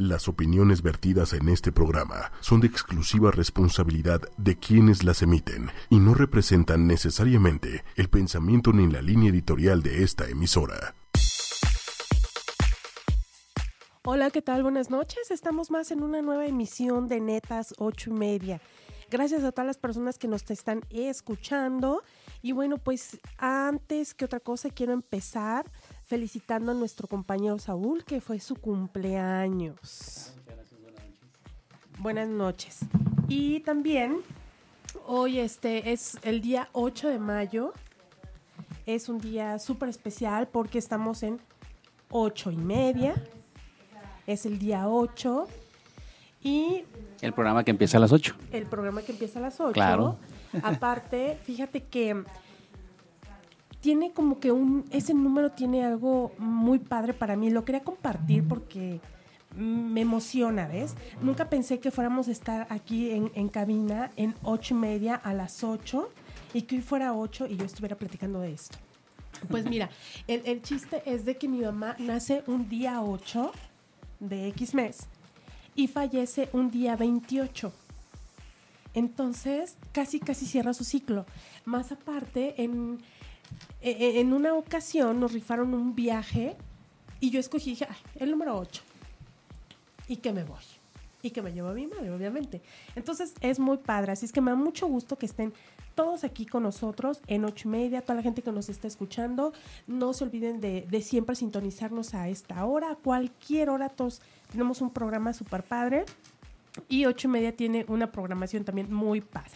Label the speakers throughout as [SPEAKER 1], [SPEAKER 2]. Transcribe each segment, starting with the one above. [SPEAKER 1] Las opiniones vertidas en este programa son de exclusiva responsabilidad de quienes las emiten y no representan necesariamente el pensamiento ni la línea editorial de esta emisora.
[SPEAKER 2] Hola, ¿qué tal? Buenas noches. Estamos más en una nueva emisión de Netas 8 y media. Gracias a todas las personas que nos están escuchando. Y bueno, pues antes que otra cosa quiero empezar felicitando a nuestro compañero Saúl, que fue su cumpleaños. Buenas noches. Y también hoy este es el día 8 de mayo. Es un día súper especial porque estamos en 8 y media. Es el día 8. Y
[SPEAKER 3] El programa que empieza a las 8.
[SPEAKER 2] el programa que empieza a las 8.
[SPEAKER 3] Claro.
[SPEAKER 2] Aparte, fíjate que tiene como que un. Ese número tiene algo muy padre para mí. Lo quería compartir porque mm, me emociona, ¿ves? Nunca pensé que fuéramos a estar aquí en, en cabina en ocho y media a las 8 y que hoy fuera 8 y yo estuviera platicando de esto. Pues mira, el, el chiste es de que mi mamá nace un día 8 de X mes y fallece un día 28. Entonces, casi, casi cierra su ciclo. Más aparte, en, e- e- en una ocasión nos rifaron un viaje y yo escogí dije, "Ay, el número 8. Y que me voy. Y que me llevó mi madre, obviamente. Entonces, es muy padre. Así es que me da mucho gusto que estén todos aquí con nosotros en ocho y media, toda la gente que nos está escuchando. No se olviden de, de siempre sintonizarnos a esta hora, a cualquier hora. Todos tenemos un programa súper padre y 8 y media tiene una programación también muy padre.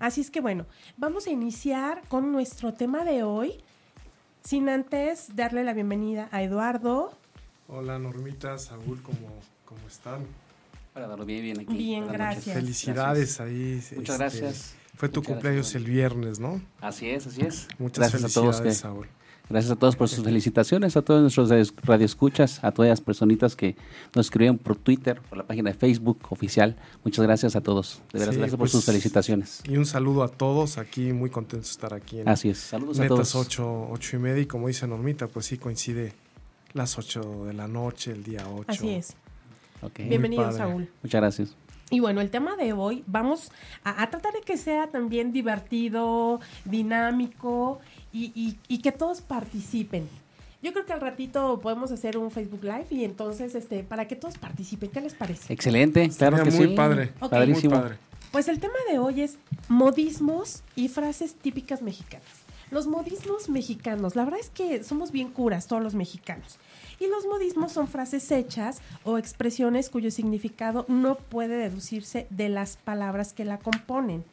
[SPEAKER 2] Así es que bueno, vamos a iniciar con nuestro tema de hoy, sin antes darle la bienvenida a Eduardo.
[SPEAKER 4] Hola Normita, Saúl, ¿cómo, cómo están?
[SPEAKER 3] Para darlo bien, bien aquí.
[SPEAKER 2] Bien,
[SPEAKER 3] Buenas noches.
[SPEAKER 2] gracias.
[SPEAKER 4] Felicidades ahí.
[SPEAKER 3] Muchas
[SPEAKER 4] este,
[SPEAKER 3] gracias.
[SPEAKER 4] Fue tu
[SPEAKER 3] Muchas
[SPEAKER 4] cumpleaños
[SPEAKER 3] gracias.
[SPEAKER 4] el viernes, ¿no?
[SPEAKER 3] Así es, así es.
[SPEAKER 4] Muchas
[SPEAKER 3] gracias a
[SPEAKER 4] felicidades,
[SPEAKER 3] todos. que-
[SPEAKER 4] Saúl.
[SPEAKER 3] gracias a todos por sus felicitaciones, a todos nuestros des- radioescuchas, a todas las personitas que nos escribieron por Twitter, por la página de Facebook oficial. Muchas gracias a todos. De veras,
[SPEAKER 4] Sí,
[SPEAKER 3] gracias por
[SPEAKER 4] pues,
[SPEAKER 3] sus felicitaciones.
[SPEAKER 4] Y un saludo a todos aquí, muy contentos de estar aquí en
[SPEAKER 3] Así es. Saludos a
[SPEAKER 4] Netas
[SPEAKER 3] todos.
[SPEAKER 4] 8, 8 y media. Y como dice Normita, pues sí coincide las 8 de la noche, el día 8.
[SPEAKER 2] Así es.
[SPEAKER 3] Ok.
[SPEAKER 4] Bien.
[SPEAKER 2] Bienvenido,
[SPEAKER 4] padre.
[SPEAKER 2] Saúl.
[SPEAKER 3] Muchas gracias.
[SPEAKER 2] Y bueno, el tema de hoy vamos a, a tratar de que sea también divertido, dinámico y, y- y que todos participen. Yo creo que al ratito podemos hacer un Facebook Live y entonces, este, para que todos participen, ¿qué les parece?
[SPEAKER 3] Excelente, claro que
[SPEAKER 4] Estaría muy
[SPEAKER 3] sí.
[SPEAKER 4] padre.
[SPEAKER 2] Ok.
[SPEAKER 3] Padrísimo.
[SPEAKER 4] Muy padre.
[SPEAKER 2] Pues el tema de hoy es modismos y frases típicas mexicanas. Los modismos mexicanos, la verdad es que somos bien curas todos los mexicanos. Y los modismos son frases hechas o expresiones cuyo significado no puede deducirse de las palabras que la componen.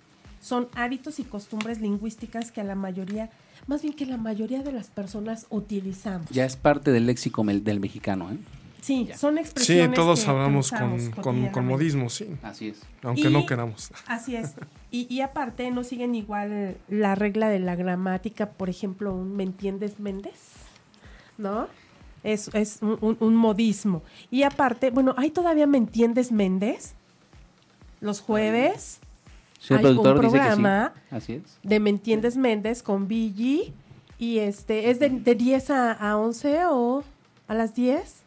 [SPEAKER 2] Son hábitos y costumbres lingüísticas que la mayoría, más bien que la mayoría de las personas utilizamos.
[SPEAKER 3] Ya es parte del léxico mel- del mexicano, ¿eh?
[SPEAKER 2] Sí,
[SPEAKER 3] Ya.
[SPEAKER 2] son
[SPEAKER 4] Sí,
[SPEAKER 2] expresiones.
[SPEAKER 4] todos
[SPEAKER 2] que-
[SPEAKER 4] hablamos
[SPEAKER 2] que
[SPEAKER 4] con,
[SPEAKER 2] usamos
[SPEAKER 4] con, con
[SPEAKER 2] cotidianamente.
[SPEAKER 4] modismo, sí.
[SPEAKER 3] Así es.
[SPEAKER 4] Aunque
[SPEAKER 2] Y-
[SPEAKER 4] no queramos.
[SPEAKER 2] Así es. Y, y aparte no siguen igual la regla de la gramática, por ejemplo, un ¿me entiendes, Méndez? ¿No? Es, es un, un- un modismo. Y aparte, bueno, ¿hay todavía me entiendes, Méndez? Los jueves
[SPEAKER 3] Señor
[SPEAKER 2] Hay un
[SPEAKER 3] productor dice que sí.
[SPEAKER 2] programa
[SPEAKER 3] Así es.
[SPEAKER 2] de me entiendes, Méndez con Billy. Y este, ¿es de, de 10 a, a 11 o a las 10?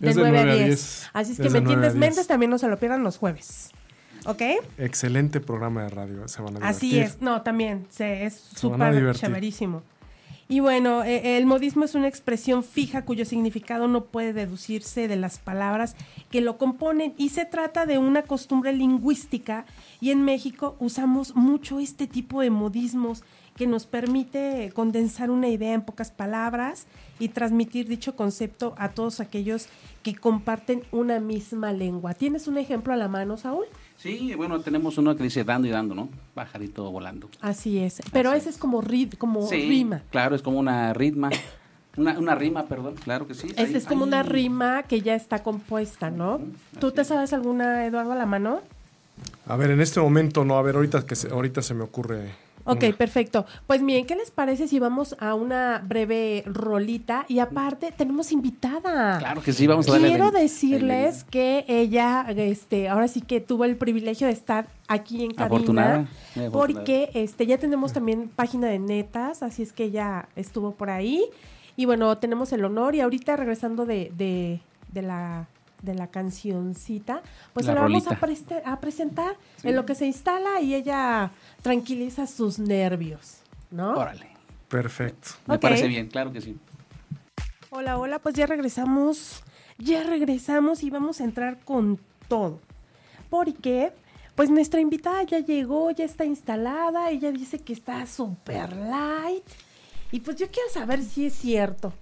[SPEAKER 2] De
[SPEAKER 4] Es de
[SPEAKER 2] 9 a
[SPEAKER 4] 9 a
[SPEAKER 2] 10.
[SPEAKER 4] 10.
[SPEAKER 2] Así es
[SPEAKER 4] Es
[SPEAKER 2] que
[SPEAKER 4] de
[SPEAKER 2] me
[SPEAKER 4] 9 a
[SPEAKER 2] entiendes,
[SPEAKER 4] 10.
[SPEAKER 2] Méndez también no se lo pierdan los jueves. ¿Ok?
[SPEAKER 4] Excelente programa de radio. Se van a divertir.
[SPEAKER 2] Así es, no, también, se, es
[SPEAKER 4] Se van a
[SPEAKER 2] súper
[SPEAKER 4] divertir.
[SPEAKER 2] chéverísimo. Y bueno, eh, el modismo es una expresión fija cuyo significado no puede deducirse de las palabras que lo componen y se trata de una costumbre lingüística y en México usamos mucho este tipo de modismos que nos permite condensar una idea en pocas palabras y transmitir dicho concepto a todos aquellos que comparten una misma lengua. ¿Tienes un ejemplo a la mano, Saúl?
[SPEAKER 3] Sí, bueno, tenemos uno que dice dando y dando, ¿no? Pajarito volando.
[SPEAKER 2] Así es. Pero
[SPEAKER 3] Así
[SPEAKER 2] ese es como, ri- como
[SPEAKER 3] Sí,
[SPEAKER 2] rima.
[SPEAKER 3] Claro, es como una ritma. Una, una rima, perdón, claro que sí. Ahí-
[SPEAKER 2] Esa es como
[SPEAKER 3] ahí-
[SPEAKER 2] una rima que ya está compuesta, ¿no?
[SPEAKER 3] Ujú,
[SPEAKER 2] ¿Tú
[SPEAKER 3] así
[SPEAKER 2] te
[SPEAKER 3] es.
[SPEAKER 2] sabes alguna, Eduardo, a la mano?
[SPEAKER 4] A ver, en este momento no, a ver, ahorita, que se, ahorita se me ocurre.
[SPEAKER 2] Ok,
[SPEAKER 4] una.
[SPEAKER 2] perfecto. Pues miren, ¿qué les parece si vamos a una breve rolita? Y aparte, tenemos invitada.
[SPEAKER 3] Claro que sí, vamos a darle.
[SPEAKER 2] Quiero
[SPEAKER 3] ben-
[SPEAKER 2] decirles que ella, este, ahora sí que tuvo el privilegio de estar aquí en
[SPEAKER 3] bienvenida.
[SPEAKER 2] cabina.
[SPEAKER 3] Afortunada. muy afortunada.
[SPEAKER 2] Porque este, ya tenemos también página de netas, así es que ya estuvo por ahí. Y bueno, tenemos el honor y ahorita regresando de, de, de la de la cancioncita, pues
[SPEAKER 3] La
[SPEAKER 2] se la vamos a,
[SPEAKER 3] rolita.
[SPEAKER 2] preste- a presentar en lo que se instala y ella tranquiliza sus nervios, ¿no?
[SPEAKER 3] Órale.
[SPEAKER 4] Perfecto.
[SPEAKER 3] Me
[SPEAKER 2] Ok.
[SPEAKER 3] parece bien, claro que sí.
[SPEAKER 2] Hola, hola, pues ya regresamos, ya regresamos y vamos a entrar con todo. Porque, pues nuestra invitada ya llegó, ya está instalada, ella dice que está super light. Y pues yo quiero saber si es cierto.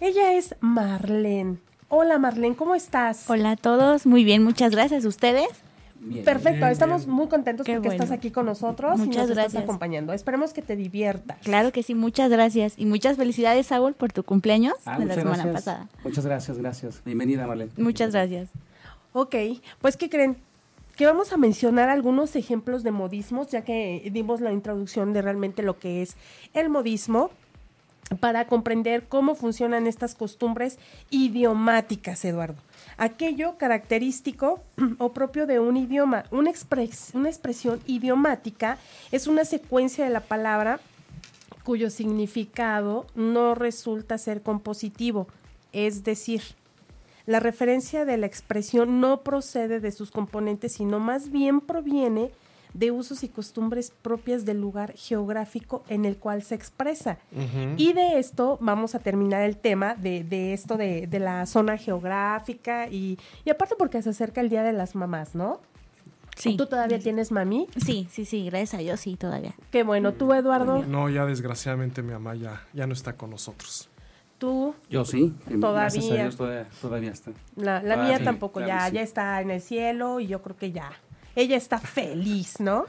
[SPEAKER 2] Ella es Marlene. Hola Marlene, ¿cómo estás?
[SPEAKER 5] Hola a todos, muy bien, muchas gracias. ¿Ustedes?
[SPEAKER 3] Bien.
[SPEAKER 2] Perfecto,
[SPEAKER 4] Bien,
[SPEAKER 2] estamos
[SPEAKER 4] bien.
[SPEAKER 2] muy contentos
[SPEAKER 5] Qué
[SPEAKER 2] porque
[SPEAKER 5] bueno.
[SPEAKER 2] estás aquí con nosotros y
[SPEAKER 5] Muchas
[SPEAKER 2] nos estás
[SPEAKER 5] gracias.
[SPEAKER 2] acompañando. Esperemos que te diviertas.
[SPEAKER 5] Claro que sí, muchas gracias. Y muchas felicidades, Saúl, por tu cumpleaños
[SPEAKER 3] Ah,
[SPEAKER 5] de la
[SPEAKER 3] muchas
[SPEAKER 5] semana
[SPEAKER 3] gracias.
[SPEAKER 5] pasada.
[SPEAKER 3] Muchas gracias, gracias. Bienvenida, Marlene.
[SPEAKER 5] Muchas gracias.
[SPEAKER 2] Ok, pues ¿qué creen? Que vamos a mencionar algunos ejemplos de modismos, ya que dimos la introducción de realmente lo que es el modismo, para comprender cómo funcionan estas costumbres idiomáticas, Eduardo. Aquello característico o propio de un idioma, una, expres- una expresión idiomática es una secuencia de la palabra cuyo significado no resulta ser compositivo, es decir, la referencia de la expresión no procede de sus componentes, sino más bien proviene de usos y costumbres propias del lugar geográfico en el cual se expresa.
[SPEAKER 4] Ujú.
[SPEAKER 2] Y de esto vamos a terminar el tema de, de esto de, de la zona geográfica y, y aparte porque se acerca el Día de las Mamás, ¿no?
[SPEAKER 5] Sí.
[SPEAKER 2] ¿Tú todavía tienes mami?
[SPEAKER 5] Sí, sí, sí, gracias a Dios, sí, todavía.
[SPEAKER 2] Qué bueno, tú Eduardo,
[SPEAKER 4] No, ya desgraciadamente mi mamá ya, ya no está con nosotros.
[SPEAKER 2] tú,
[SPEAKER 3] Yo sí. em, Gracias a
[SPEAKER 2] Todavía.
[SPEAKER 3] Dios, todavía, todavía está.
[SPEAKER 2] la, la
[SPEAKER 3] Ah,
[SPEAKER 2] mía
[SPEAKER 3] sí,
[SPEAKER 2] tampoco,
[SPEAKER 3] claro
[SPEAKER 2] ya,
[SPEAKER 3] que sí.
[SPEAKER 2] ya está en el cielo y yo creo que ya. Ella está feliz, ¿no?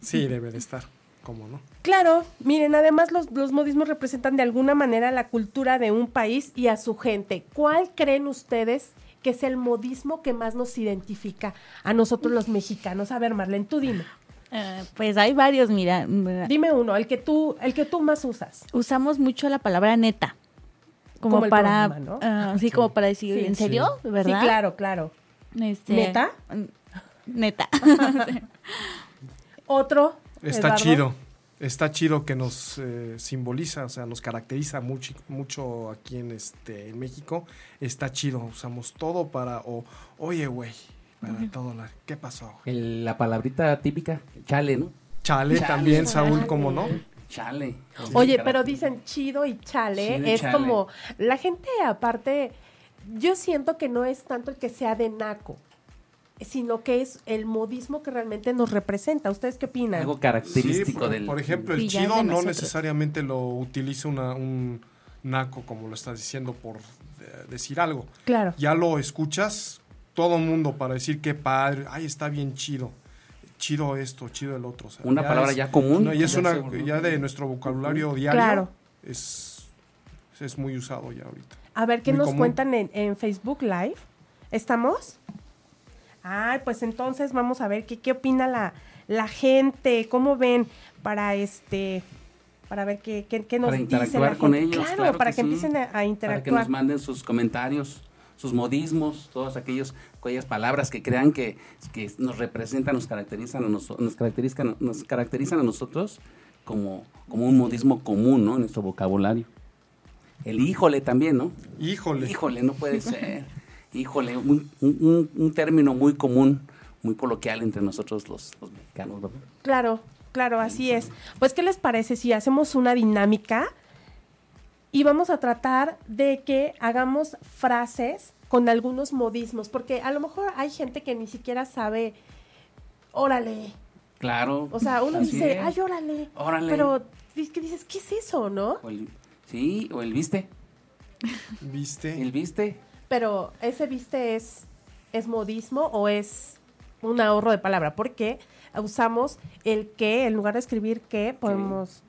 [SPEAKER 4] Sí, debe de estar. ¿Cómo no?
[SPEAKER 2] Claro, miren, además los, los modismos representan de alguna manera la cultura de un país y a su gente. ¿Cuál creen ustedes que es el modismo que más nos identifica a nosotros los mexicanos? A ver, Marlene, tú dime.
[SPEAKER 5] Eh, pues hay varios, mira. mira.
[SPEAKER 2] Dime uno, el que tú, el que tú más usas.
[SPEAKER 5] Usamos mucho la palabra neta. Como,
[SPEAKER 2] Como el
[SPEAKER 5] para.
[SPEAKER 2] programa, ¿no?
[SPEAKER 5] ah, sí, como para decir,
[SPEAKER 2] Sí.
[SPEAKER 5] ¿en serio? ¿Verdad?
[SPEAKER 2] Sí, claro, claro.
[SPEAKER 5] Este,
[SPEAKER 2] ¿Neta?
[SPEAKER 5] Neta.
[SPEAKER 2] Otro.
[SPEAKER 4] Está
[SPEAKER 2] Eduardo.
[SPEAKER 4] chido. Está chido que nos eh, simboliza, o sea, nos caracteriza mucho, mucho aquí en este en México. Está chido, usamos todo para o oye, güey, para todo. la- ¿Qué pasó? güey?
[SPEAKER 3] El- la palabrita típica, chale, ¿no?
[SPEAKER 4] Chale,
[SPEAKER 3] Chale.
[SPEAKER 4] también Saúl, ¿cómo no?
[SPEAKER 3] Chale.
[SPEAKER 2] Oye, pero dicen chido y chale.
[SPEAKER 3] Chido y
[SPEAKER 2] es
[SPEAKER 3] chale.
[SPEAKER 2] como, la gente aparte, yo siento que no es tanto el que sea de naco, sino que es el modismo que realmente nos representa. ¿Ustedes qué opinan?
[SPEAKER 3] Algo
[SPEAKER 4] Sí,
[SPEAKER 3] característico
[SPEAKER 4] por,
[SPEAKER 3] del.
[SPEAKER 4] por ejemplo,
[SPEAKER 5] Sí,
[SPEAKER 4] el
[SPEAKER 5] ya es de
[SPEAKER 4] chido no
[SPEAKER 5] nosotros.
[SPEAKER 4] necesariamente lo utiliza una- un naco como lo estás diciendo por eh, decir algo.
[SPEAKER 2] Claro.
[SPEAKER 4] ya lo escuchas todo el mundo para decir qué padre, ay, está bien chido, chido esto, chido el otro. o sea,
[SPEAKER 3] Una palabra ya común.
[SPEAKER 4] No, y es
[SPEAKER 3] Ya
[SPEAKER 4] una,
[SPEAKER 3] se volvió.
[SPEAKER 4] ya de nuestro vocabulario diario.
[SPEAKER 2] Claro.
[SPEAKER 4] Es, es muy usado ya ahorita.
[SPEAKER 2] A ver qué
[SPEAKER 4] Muy
[SPEAKER 2] nos
[SPEAKER 4] común.
[SPEAKER 2] cuentan en, en Facebook Live. ¿Estamos? Ay, pues entonces vamos a ver qué, qué opina la, la gente, cómo ven para este para ver qué, qué- qué nos
[SPEAKER 3] Para
[SPEAKER 2] dice la
[SPEAKER 3] interactuar con
[SPEAKER 2] gente.
[SPEAKER 3] ellos.
[SPEAKER 2] Claro,
[SPEAKER 3] claro
[SPEAKER 2] para que,
[SPEAKER 3] sí.
[SPEAKER 2] empiecen a, a
[SPEAKER 3] Para que
[SPEAKER 2] interactuar.
[SPEAKER 3] nos manden sus comentarios, sus modismos, todas aquellos, aquellas palabras que crean que, que nos representan, nos caracterizan a nosotros, nos caracterizan, nos caracterizan a nosotros como, como un modismo común, ¿no? En nuestro vocabulario. El híjole también, ¿no?
[SPEAKER 4] Híjole.
[SPEAKER 3] Híjole, no puede ser. Híjole, un, un- un- un término muy común, muy coloquial entre nosotros los, los mexicanos, ¿verdad?
[SPEAKER 2] Claro, claro, así es. Pues, ¿qué les parece si hacemos una dinámica y vamos a tratar de que hagamos frases con algunos modismos? Porque a lo mejor hay gente que ni siquiera sabe, órale.
[SPEAKER 3] Claro.
[SPEAKER 2] O sea, uno
[SPEAKER 3] así
[SPEAKER 2] dice,
[SPEAKER 3] es.
[SPEAKER 2] ay, órale.
[SPEAKER 3] Órale.
[SPEAKER 2] Pero es que dices, ¿qué es eso, no?
[SPEAKER 3] O el- sí, o el viste.
[SPEAKER 4] ¿Viste?
[SPEAKER 3] El viste.
[SPEAKER 2] Pero ese viste es, es modismo o es un ahorro de palabra. Porque usamos el que, en lugar de escribir que, podemos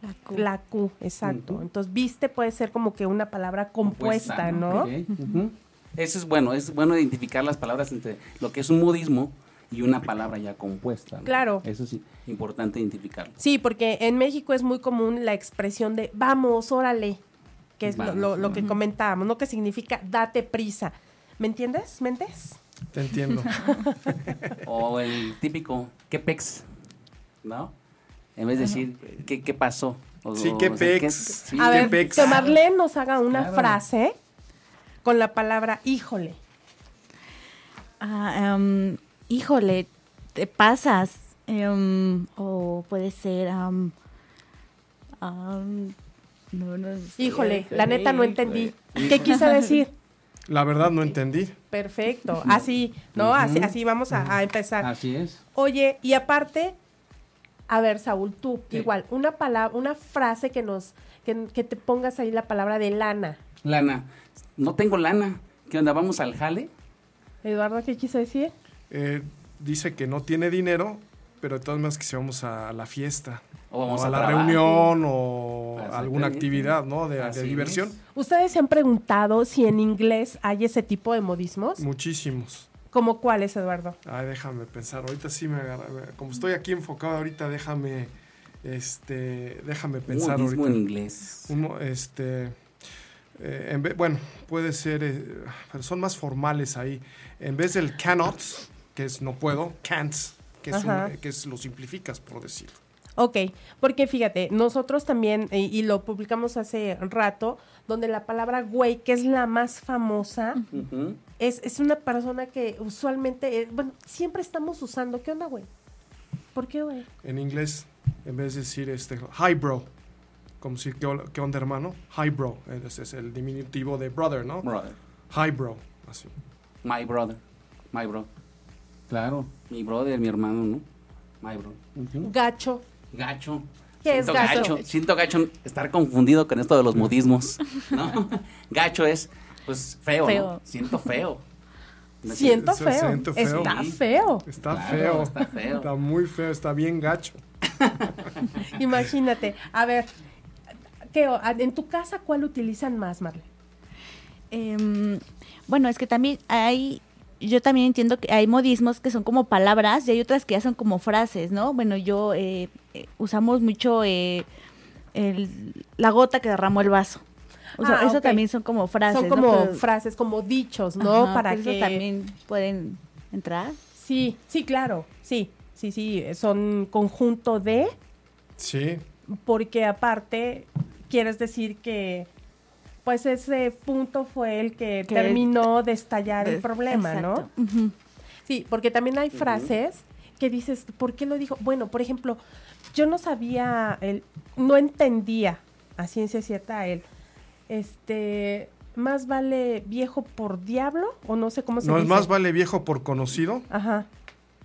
[SPEAKER 5] La Q.
[SPEAKER 2] La Q, exacto.
[SPEAKER 3] Ujú.
[SPEAKER 2] Entonces, viste puede ser como que una palabra compuesta, ¿no?
[SPEAKER 3] Ok, ujú. Eso es bueno, es bueno identificar las palabras entre lo que es un modismo y una palabra ya compuesta. ¿no?
[SPEAKER 2] Claro.
[SPEAKER 3] Eso es importante identificarlo.
[SPEAKER 2] Sí, porque en México es muy común la expresión de vamos, órale, que es lo-
[SPEAKER 3] Vamos,
[SPEAKER 2] lo, lo que
[SPEAKER 3] ujú.
[SPEAKER 2] comentábamos, ¿no? Que significa date prisa. ¿Me entiendes? ¿Mentes?
[SPEAKER 4] Te entiendo.
[SPEAKER 3] O el típico, ¿qué pex? ¿No? En vez de decir, ¿qué, qué pasó? O-
[SPEAKER 4] Sí,
[SPEAKER 3] o
[SPEAKER 4] ¿qué
[SPEAKER 3] sea,
[SPEAKER 4] pex?
[SPEAKER 3] sí,
[SPEAKER 2] A
[SPEAKER 3] ¿qué
[SPEAKER 2] ver,
[SPEAKER 4] pex?
[SPEAKER 2] que Marlene nos haga una
[SPEAKER 3] Claro.
[SPEAKER 2] frase con la palabra híjole.
[SPEAKER 5] Ah, em, híjole, te pasas. em, o puede ser. am, am, no, no sé.
[SPEAKER 2] Híjole, la neta no entendí. ¿Qué quiso decir?
[SPEAKER 4] La verdad no entendí.
[SPEAKER 2] Perfecto. Así, ¿no? Así, así vamos a, a empezar.
[SPEAKER 3] Así es.
[SPEAKER 2] Oye, y aparte, a ver, Saúl, tú, igual, una palabra, una frase que nos, que, que te pongas ahí la palabra de lana.
[SPEAKER 3] Lana. No tengo lana. ¿Qué onda? ¿Vamos al jale?
[SPEAKER 2] Eduardo, ¿qué quiso decir?
[SPEAKER 4] Eh, dice que no tiene dinero, pero de todas maneras que si vamos a la fiesta.
[SPEAKER 3] O vamos a
[SPEAKER 4] la
[SPEAKER 3] trabajar.
[SPEAKER 4] reunión o
[SPEAKER 3] Exactamente.
[SPEAKER 4] alguna actividad, ¿no? De, de
[SPEAKER 3] Así
[SPEAKER 4] diversión.
[SPEAKER 3] es.
[SPEAKER 2] ¿Ustedes se han preguntado si en inglés hay ese tipo de modismos?
[SPEAKER 4] Muchísimos.
[SPEAKER 2] ¿Como cuáles, Eduardo?
[SPEAKER 4] Ay, déjame pensar. Ahorita sí me agarra. Como estoy aquí enfocado ahorita, déjame, este, déjame
[SPEAKER 3] Un
[SPEAKER 4] pensar
[SPEAKER 3] modismo
[SPEAKER 4] ahorita.
[SPEAKER 3] en inglés.
[SPEAKER 4] Uno, este, eh, en ve- bueno, puede ser, eh, pero son más formales ahí. En vez del cannot, que es no puedo, can't, que es, un-
[SPEAKER 2] Ajá.
[SPEAKER 4] que es lo simplificas por decirlo.
[SPEAKER 2] Ok, porque fíjate, nosotros también, eh, y, lo publicamos hace rato, donde la palabra güey, que es la más famosa,
[SPEAKER 3] Ujú.
[SPEAKER 2] es, es una persona que usualmente, eh, bueno, siempre estamos usando, ¿qué onda, güey? ¿Por qué, güey?
[SPEAKER 4] En inglés, en vez de decir este, hi bro, como decir qué, ol- qué onda hermano, hi bro, ese es el diminutivo de brother, ¿no?
[SPEAKER 3] Brother.
[SPEAKER 4] Hi bro, así.
[SPEAKER 3] My brother. My brother. Claro. Mi brother, mi hermano, ¿no? My brother. Ujú.
[SPEAKER 2] Gacho.
[SPEAKER 3] Gacho.
[SPEAKER 2] ¿Qué es
[SPEAKER 3] Siento
[SPEAKER 2] gacho?
[SPEAKER 3] Siento gacho estar confundido con esto de los modismos, ¿no? gacho es, pues, feo, ¿no?
[SPEAKER 5] Feo.
[SPEAKER 3] Siento feo. Me
[SPEAKER 2] Siento
[SPEAKER 4] se-
[SPEAKER 2] feo.
[SPEAKER 4] siento feo.
[SPEAKER 2] Está
[SPEAKER 3] Sí.
[SPEAKER 2] feo.
[SPEAKER 4] Está
[SPEAKER 3] Claro,
[SPEAKER 4] feo.
[SPEAKER 3] está feo.
[SPEAKER 4] Está muy feo, está bien gacho.
[SPEAKER 2] Imagínate. A ver, ¿qué, o- en tu casa cuál utilizan más, Marle?
[SPEAKER 5] Em, bueno, es que también hay, yo también entiendo que hay modismos que son como palabras y hay otras que ya son como frases, ¿no? Bueno, yo eh, eh, usamos mucho eh, el- la gota que derramó el vaso. O sea,
[SPEAKER 2] Ah,
[SPEAKER 5] eso
[SPEAKER 2] ok.
[SPEAKER 5] también son como frases.
[SPEAKER 2] Son
[SPEAKER 5] ¿no?
[SPEAKER 2] como
[SPEAKER 5] Pero-
[SPEAKER 2] frases, como dichos, ¿no?
[SPEAKER 5] Ajá,
[SPEAKER 2] Para
[SPEAKER 5] pero esos
[SPEAKER 2] que
[SPEAKER 5] también pueden entrar.
[SPEAKER 2] Sí, sí, claro, sí, sí, sí, son conjunto de,
[SPEAKER 4] Sí,
[SPEAKER 2] porque aparte quieres decir que, pues ese punto fue el que,
[SPEAKER 5] Que-
[SPEAKER 2] terminó de estallar el
[SPEAKER 5] Es-
[SPEAKER 2] problema,
[SPEAKER 5] exacto.
[SPEAKER 2] ¿no?
[SPEAKER 5] Ujú.
[SPEAKER 2] Sí, porque también hay frases que dices, ¿por qué lo dijo? Bueno, por ejemplo, yo no sabía, el, no entendía a ciencia cierta el, este, más vale viejo por diablo o no sé cómo se
[SPEAKER 4] no es
[SPEAKER 2] dice.
[SPEAKER 4] más vale viejo por conocido
[SPEAKER 2] Ajá.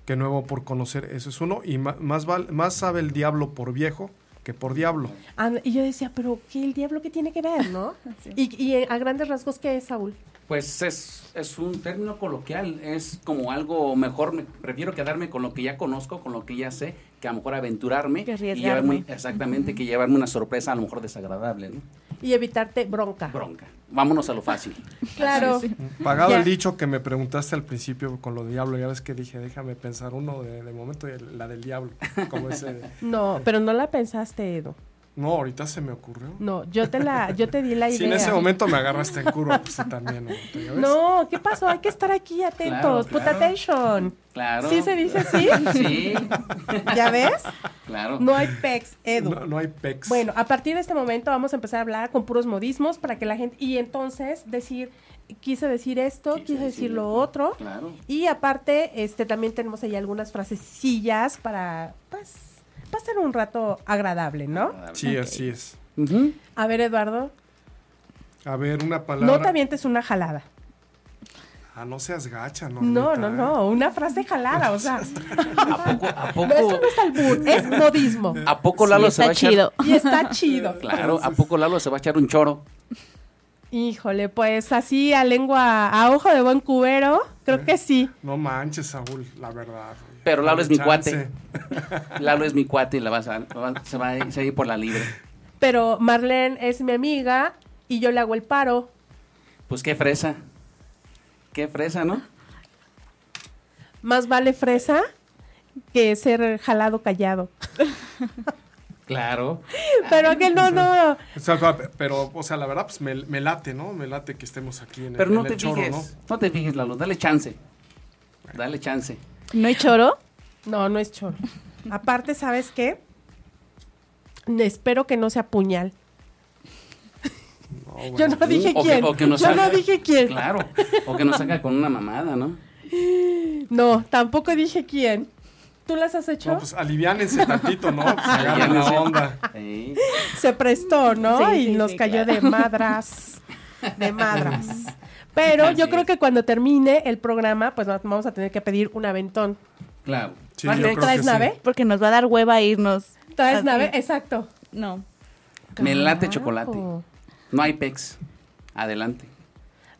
[SPEAKER 4] que nuevo por conocer, eso es uno, y ma- más, val- más sabe el diablo por viejo que por diablo.
[SPEAKER 2] Ah, y yo decía, pero ¿qué el diablo qué tiene que ver, no?
[SPEAKER 5] Sí.
[SPEAKER 2] y, y, eh, a grandes rasgos, ¿qué es, Saúl?
[SPEAKER 3] Pues es, es un término coloquial, es como algo mejor, me- prefiero quedarme con lo que ya conozco, con lo que ya sé, que a lo mejor aventurarme
[SPEAKER 5] Que
[SPEAKER 3] y
[SPEAKER 5] arriesgarme.
[SPEAKER 3] llevarme, exactamente, que llevarme una sorpresa a lo mejor desagradable, ¿no?
[SPEAKER 2] Y evitarte bronca.
[SPEAKER 3] Bronca. Vámonos a lo fácil.
[SPEAKER 2] Claro.
[SPEAKER 4] Pagado
[SPEAKER 2] Ya.
[SPEAKER 4] el dicho que me preguntaste al principio con lo de diablo, ya ves que dije, déjame pensar uno de, de momento, y el- la del diablo, como ese de-
[SPEAKER 2] No, pero no la pensaste, Edo.
[SPEAKER 4] No, ahorita se me ocurrió.
[SPEAKER 2] No, yo te la, yo te di la idea.
[SPEAKER 4] Si en ese momento me agarraste en curva, pues tú también. ¿no? ¿Tú ya ves?
[SPEAKER 2] No, ¿qué pasó? Hay que estar aquí atentos.
[SPEAKER 3] Claro,
[SPEAKER 2] Put
[SPEAKER 3] claro.
[SPEAKER 2] attention.
[SPEAKER 3] Claro.
[SPEAKER 2] ¿Sí se dice así?
[SPEAKER 3] Sí,
[SPEAKER 2] ¿Ya ves?
[SPEAKER 3] claro.
[SPEAKER 2] No hay pex, Edo.
[SPEAKER 4] No, no hay pex.
[SPEAKER 2] Bueno, a partir de este momento vamos a empezar a hablar con puros modismos para que la gente... Y entonces decir, quise decir esto, quise,
[SPEAKER 3] Quise
[SPEAKER 2] decir
[SPEAKER 3] decir
[SPEAKER 2] lo
[SPEAKER 3] esto.
[SPEAKER 2] otro.
[SPEAKER 3] Claro.
[SPEAKER 2] Y aparte, este también tenemos ahí algunas frasecillas para pues, pasar un rato agradable, ¿no?
[SPEAKER 3] Ah.
[SPEAKER 4] Sí, así es.
[SPEAKER 3] Ujú.
[SPEAKER 2] A ver, Eduardo,
[SPEAKER 4] A ver, una palabra.
[SPEAKER 2] no te avientes una jalada.
[SPEAKER 4] Ah, no seas gacha, ¿no?
[SPEAKER 2] No,
[SPEAKER 4] neta,
[SPEAKER 2] no,
[SPEAKER 4] ¿eh?
[SPEAKER 2] no, una frase jalada, o sea.
[SPEAKER 3] ¿A poco, a
[SPEAKER 2] Pero esto
[SPEAKER 3] poco,
[SPEAKER 2] no es albur, es modismo.
[SPEAKER 3] a poco Lalo se va a
[SPEAKER 5] Está
[SPEAKER 3] echar?
[SPEAKER 5] chido.
[SPEAKER 2] Y está chido.
[SPEAKER 3] Claro, ¿a poco Lalo se va a echar un choro?
[SPEAKER 2] Híjole, pues así a lengua, a ojo de buen cubero, creo que sí.
[SPEAKER 4] No manches, Saúl, la verdad. güey.
[SPEAKER 3] Pero Lalo es
[SPEAKER 4] Dame
[SPEAKER 3] mi cuate.
[SPEAKER 4] chance.
[SPEAKER 3] Lalo es mi cuate y la vas a- la va- se va a ir- se va a ir por la libre.
[SPEAKER 2] Pero Marlene es mi amiga y yo le hago el paro.
[SPEAKER 3] Pues qué fresa. Qué fresa, ¿no?
[SPEAKER 2] Más vale fresa que ser jalado callado.
[SPEAKER 3] Claro.
[SPEAKER 2] Pero que no, no.
[SPEAKER 4] O sea, pa- pero, o sea, la verdad, pues me, me late, ¿no? Me late que estemos aquí en el,
[SPEAKER 3] Pero no
[SPEAKER 4] en
[SPEAKER 3] te
[SPEAKER 4] el choro,
[SPEAKER 3] fijes.
[SPEAKER 4] ¿no?
[SPEAKER 3] ¿no? te fijes, Lalo. Dale chance. Dale chance.
[SPEAKER 5] ¿No hay choro?
[SPEAKER 2] No, no es choro. Aparte, ¿sabes qué? Espero que no sea puñal.
[SPEAKER 4] No,
[SPEAKER 2] Yo
[SPEAKER 4] bueno.
[SPEAKER 2] no dije
[SPEAKER 3] O que-
[SPEAKER 2] quién.
[SPEAKER 3] o que nos
[SPEAKER 2] Yo no
[SPEAKER 3] haga-
[SPEAKER 2] dije quién.
[SPEAKER 3] Claro. O que nos saca con una mamada, ¿no?
[SPEAKER 2] No, tampoco dije quién. ¿Tú las has hecho?
[SPEAKER 4] No, pues aliviánense tantito, ¿no? Pues, agarren la onda.
[SPEAKER 3] Sí.
[SPEAKER 2] Se prestó, ¿no?
[SPEAKER 5] Sí,
[SPEAKER 2] y
[SPEAKER 5] sí,
[SPEAKER 2] nos
[SPEAKER 5] sí,
[SPEAKER 2] cayó
[SPEAKER 5] claro.
[SPEAKER 2] de madras. De madras. Pero yo
[SPEAKER 3] Así
[SPEAKER 2] creo
[SPEAKER 3] es.
[SPEAKER 2] que cuando termine el programa, pues nos vamos a tener que pedir un aventón.
[SPEAKER 3] Claro.
[SPEAKER 4] Sí,
[SPEAKER 3] Vale,
[SPEAKER 4] yo creo
[SPEAKER 2] ¿Traes
[SPEAKER 4] que sí.
[SPEAKER 2] nave?
[SPEAKER 5] Porque nos va a dar hueva irnos.
[SPEAKER 2] ¿Traes
[SPEAKER 5] así.
[SPEAKER 2] nave? eh. Exacto.
[SPEAKER 5] No.
[SPEAKER 3] Me late
[SPEAKER 2] Carajo.
[SPEAKER 3] chocolate. No hay pex. Adelante.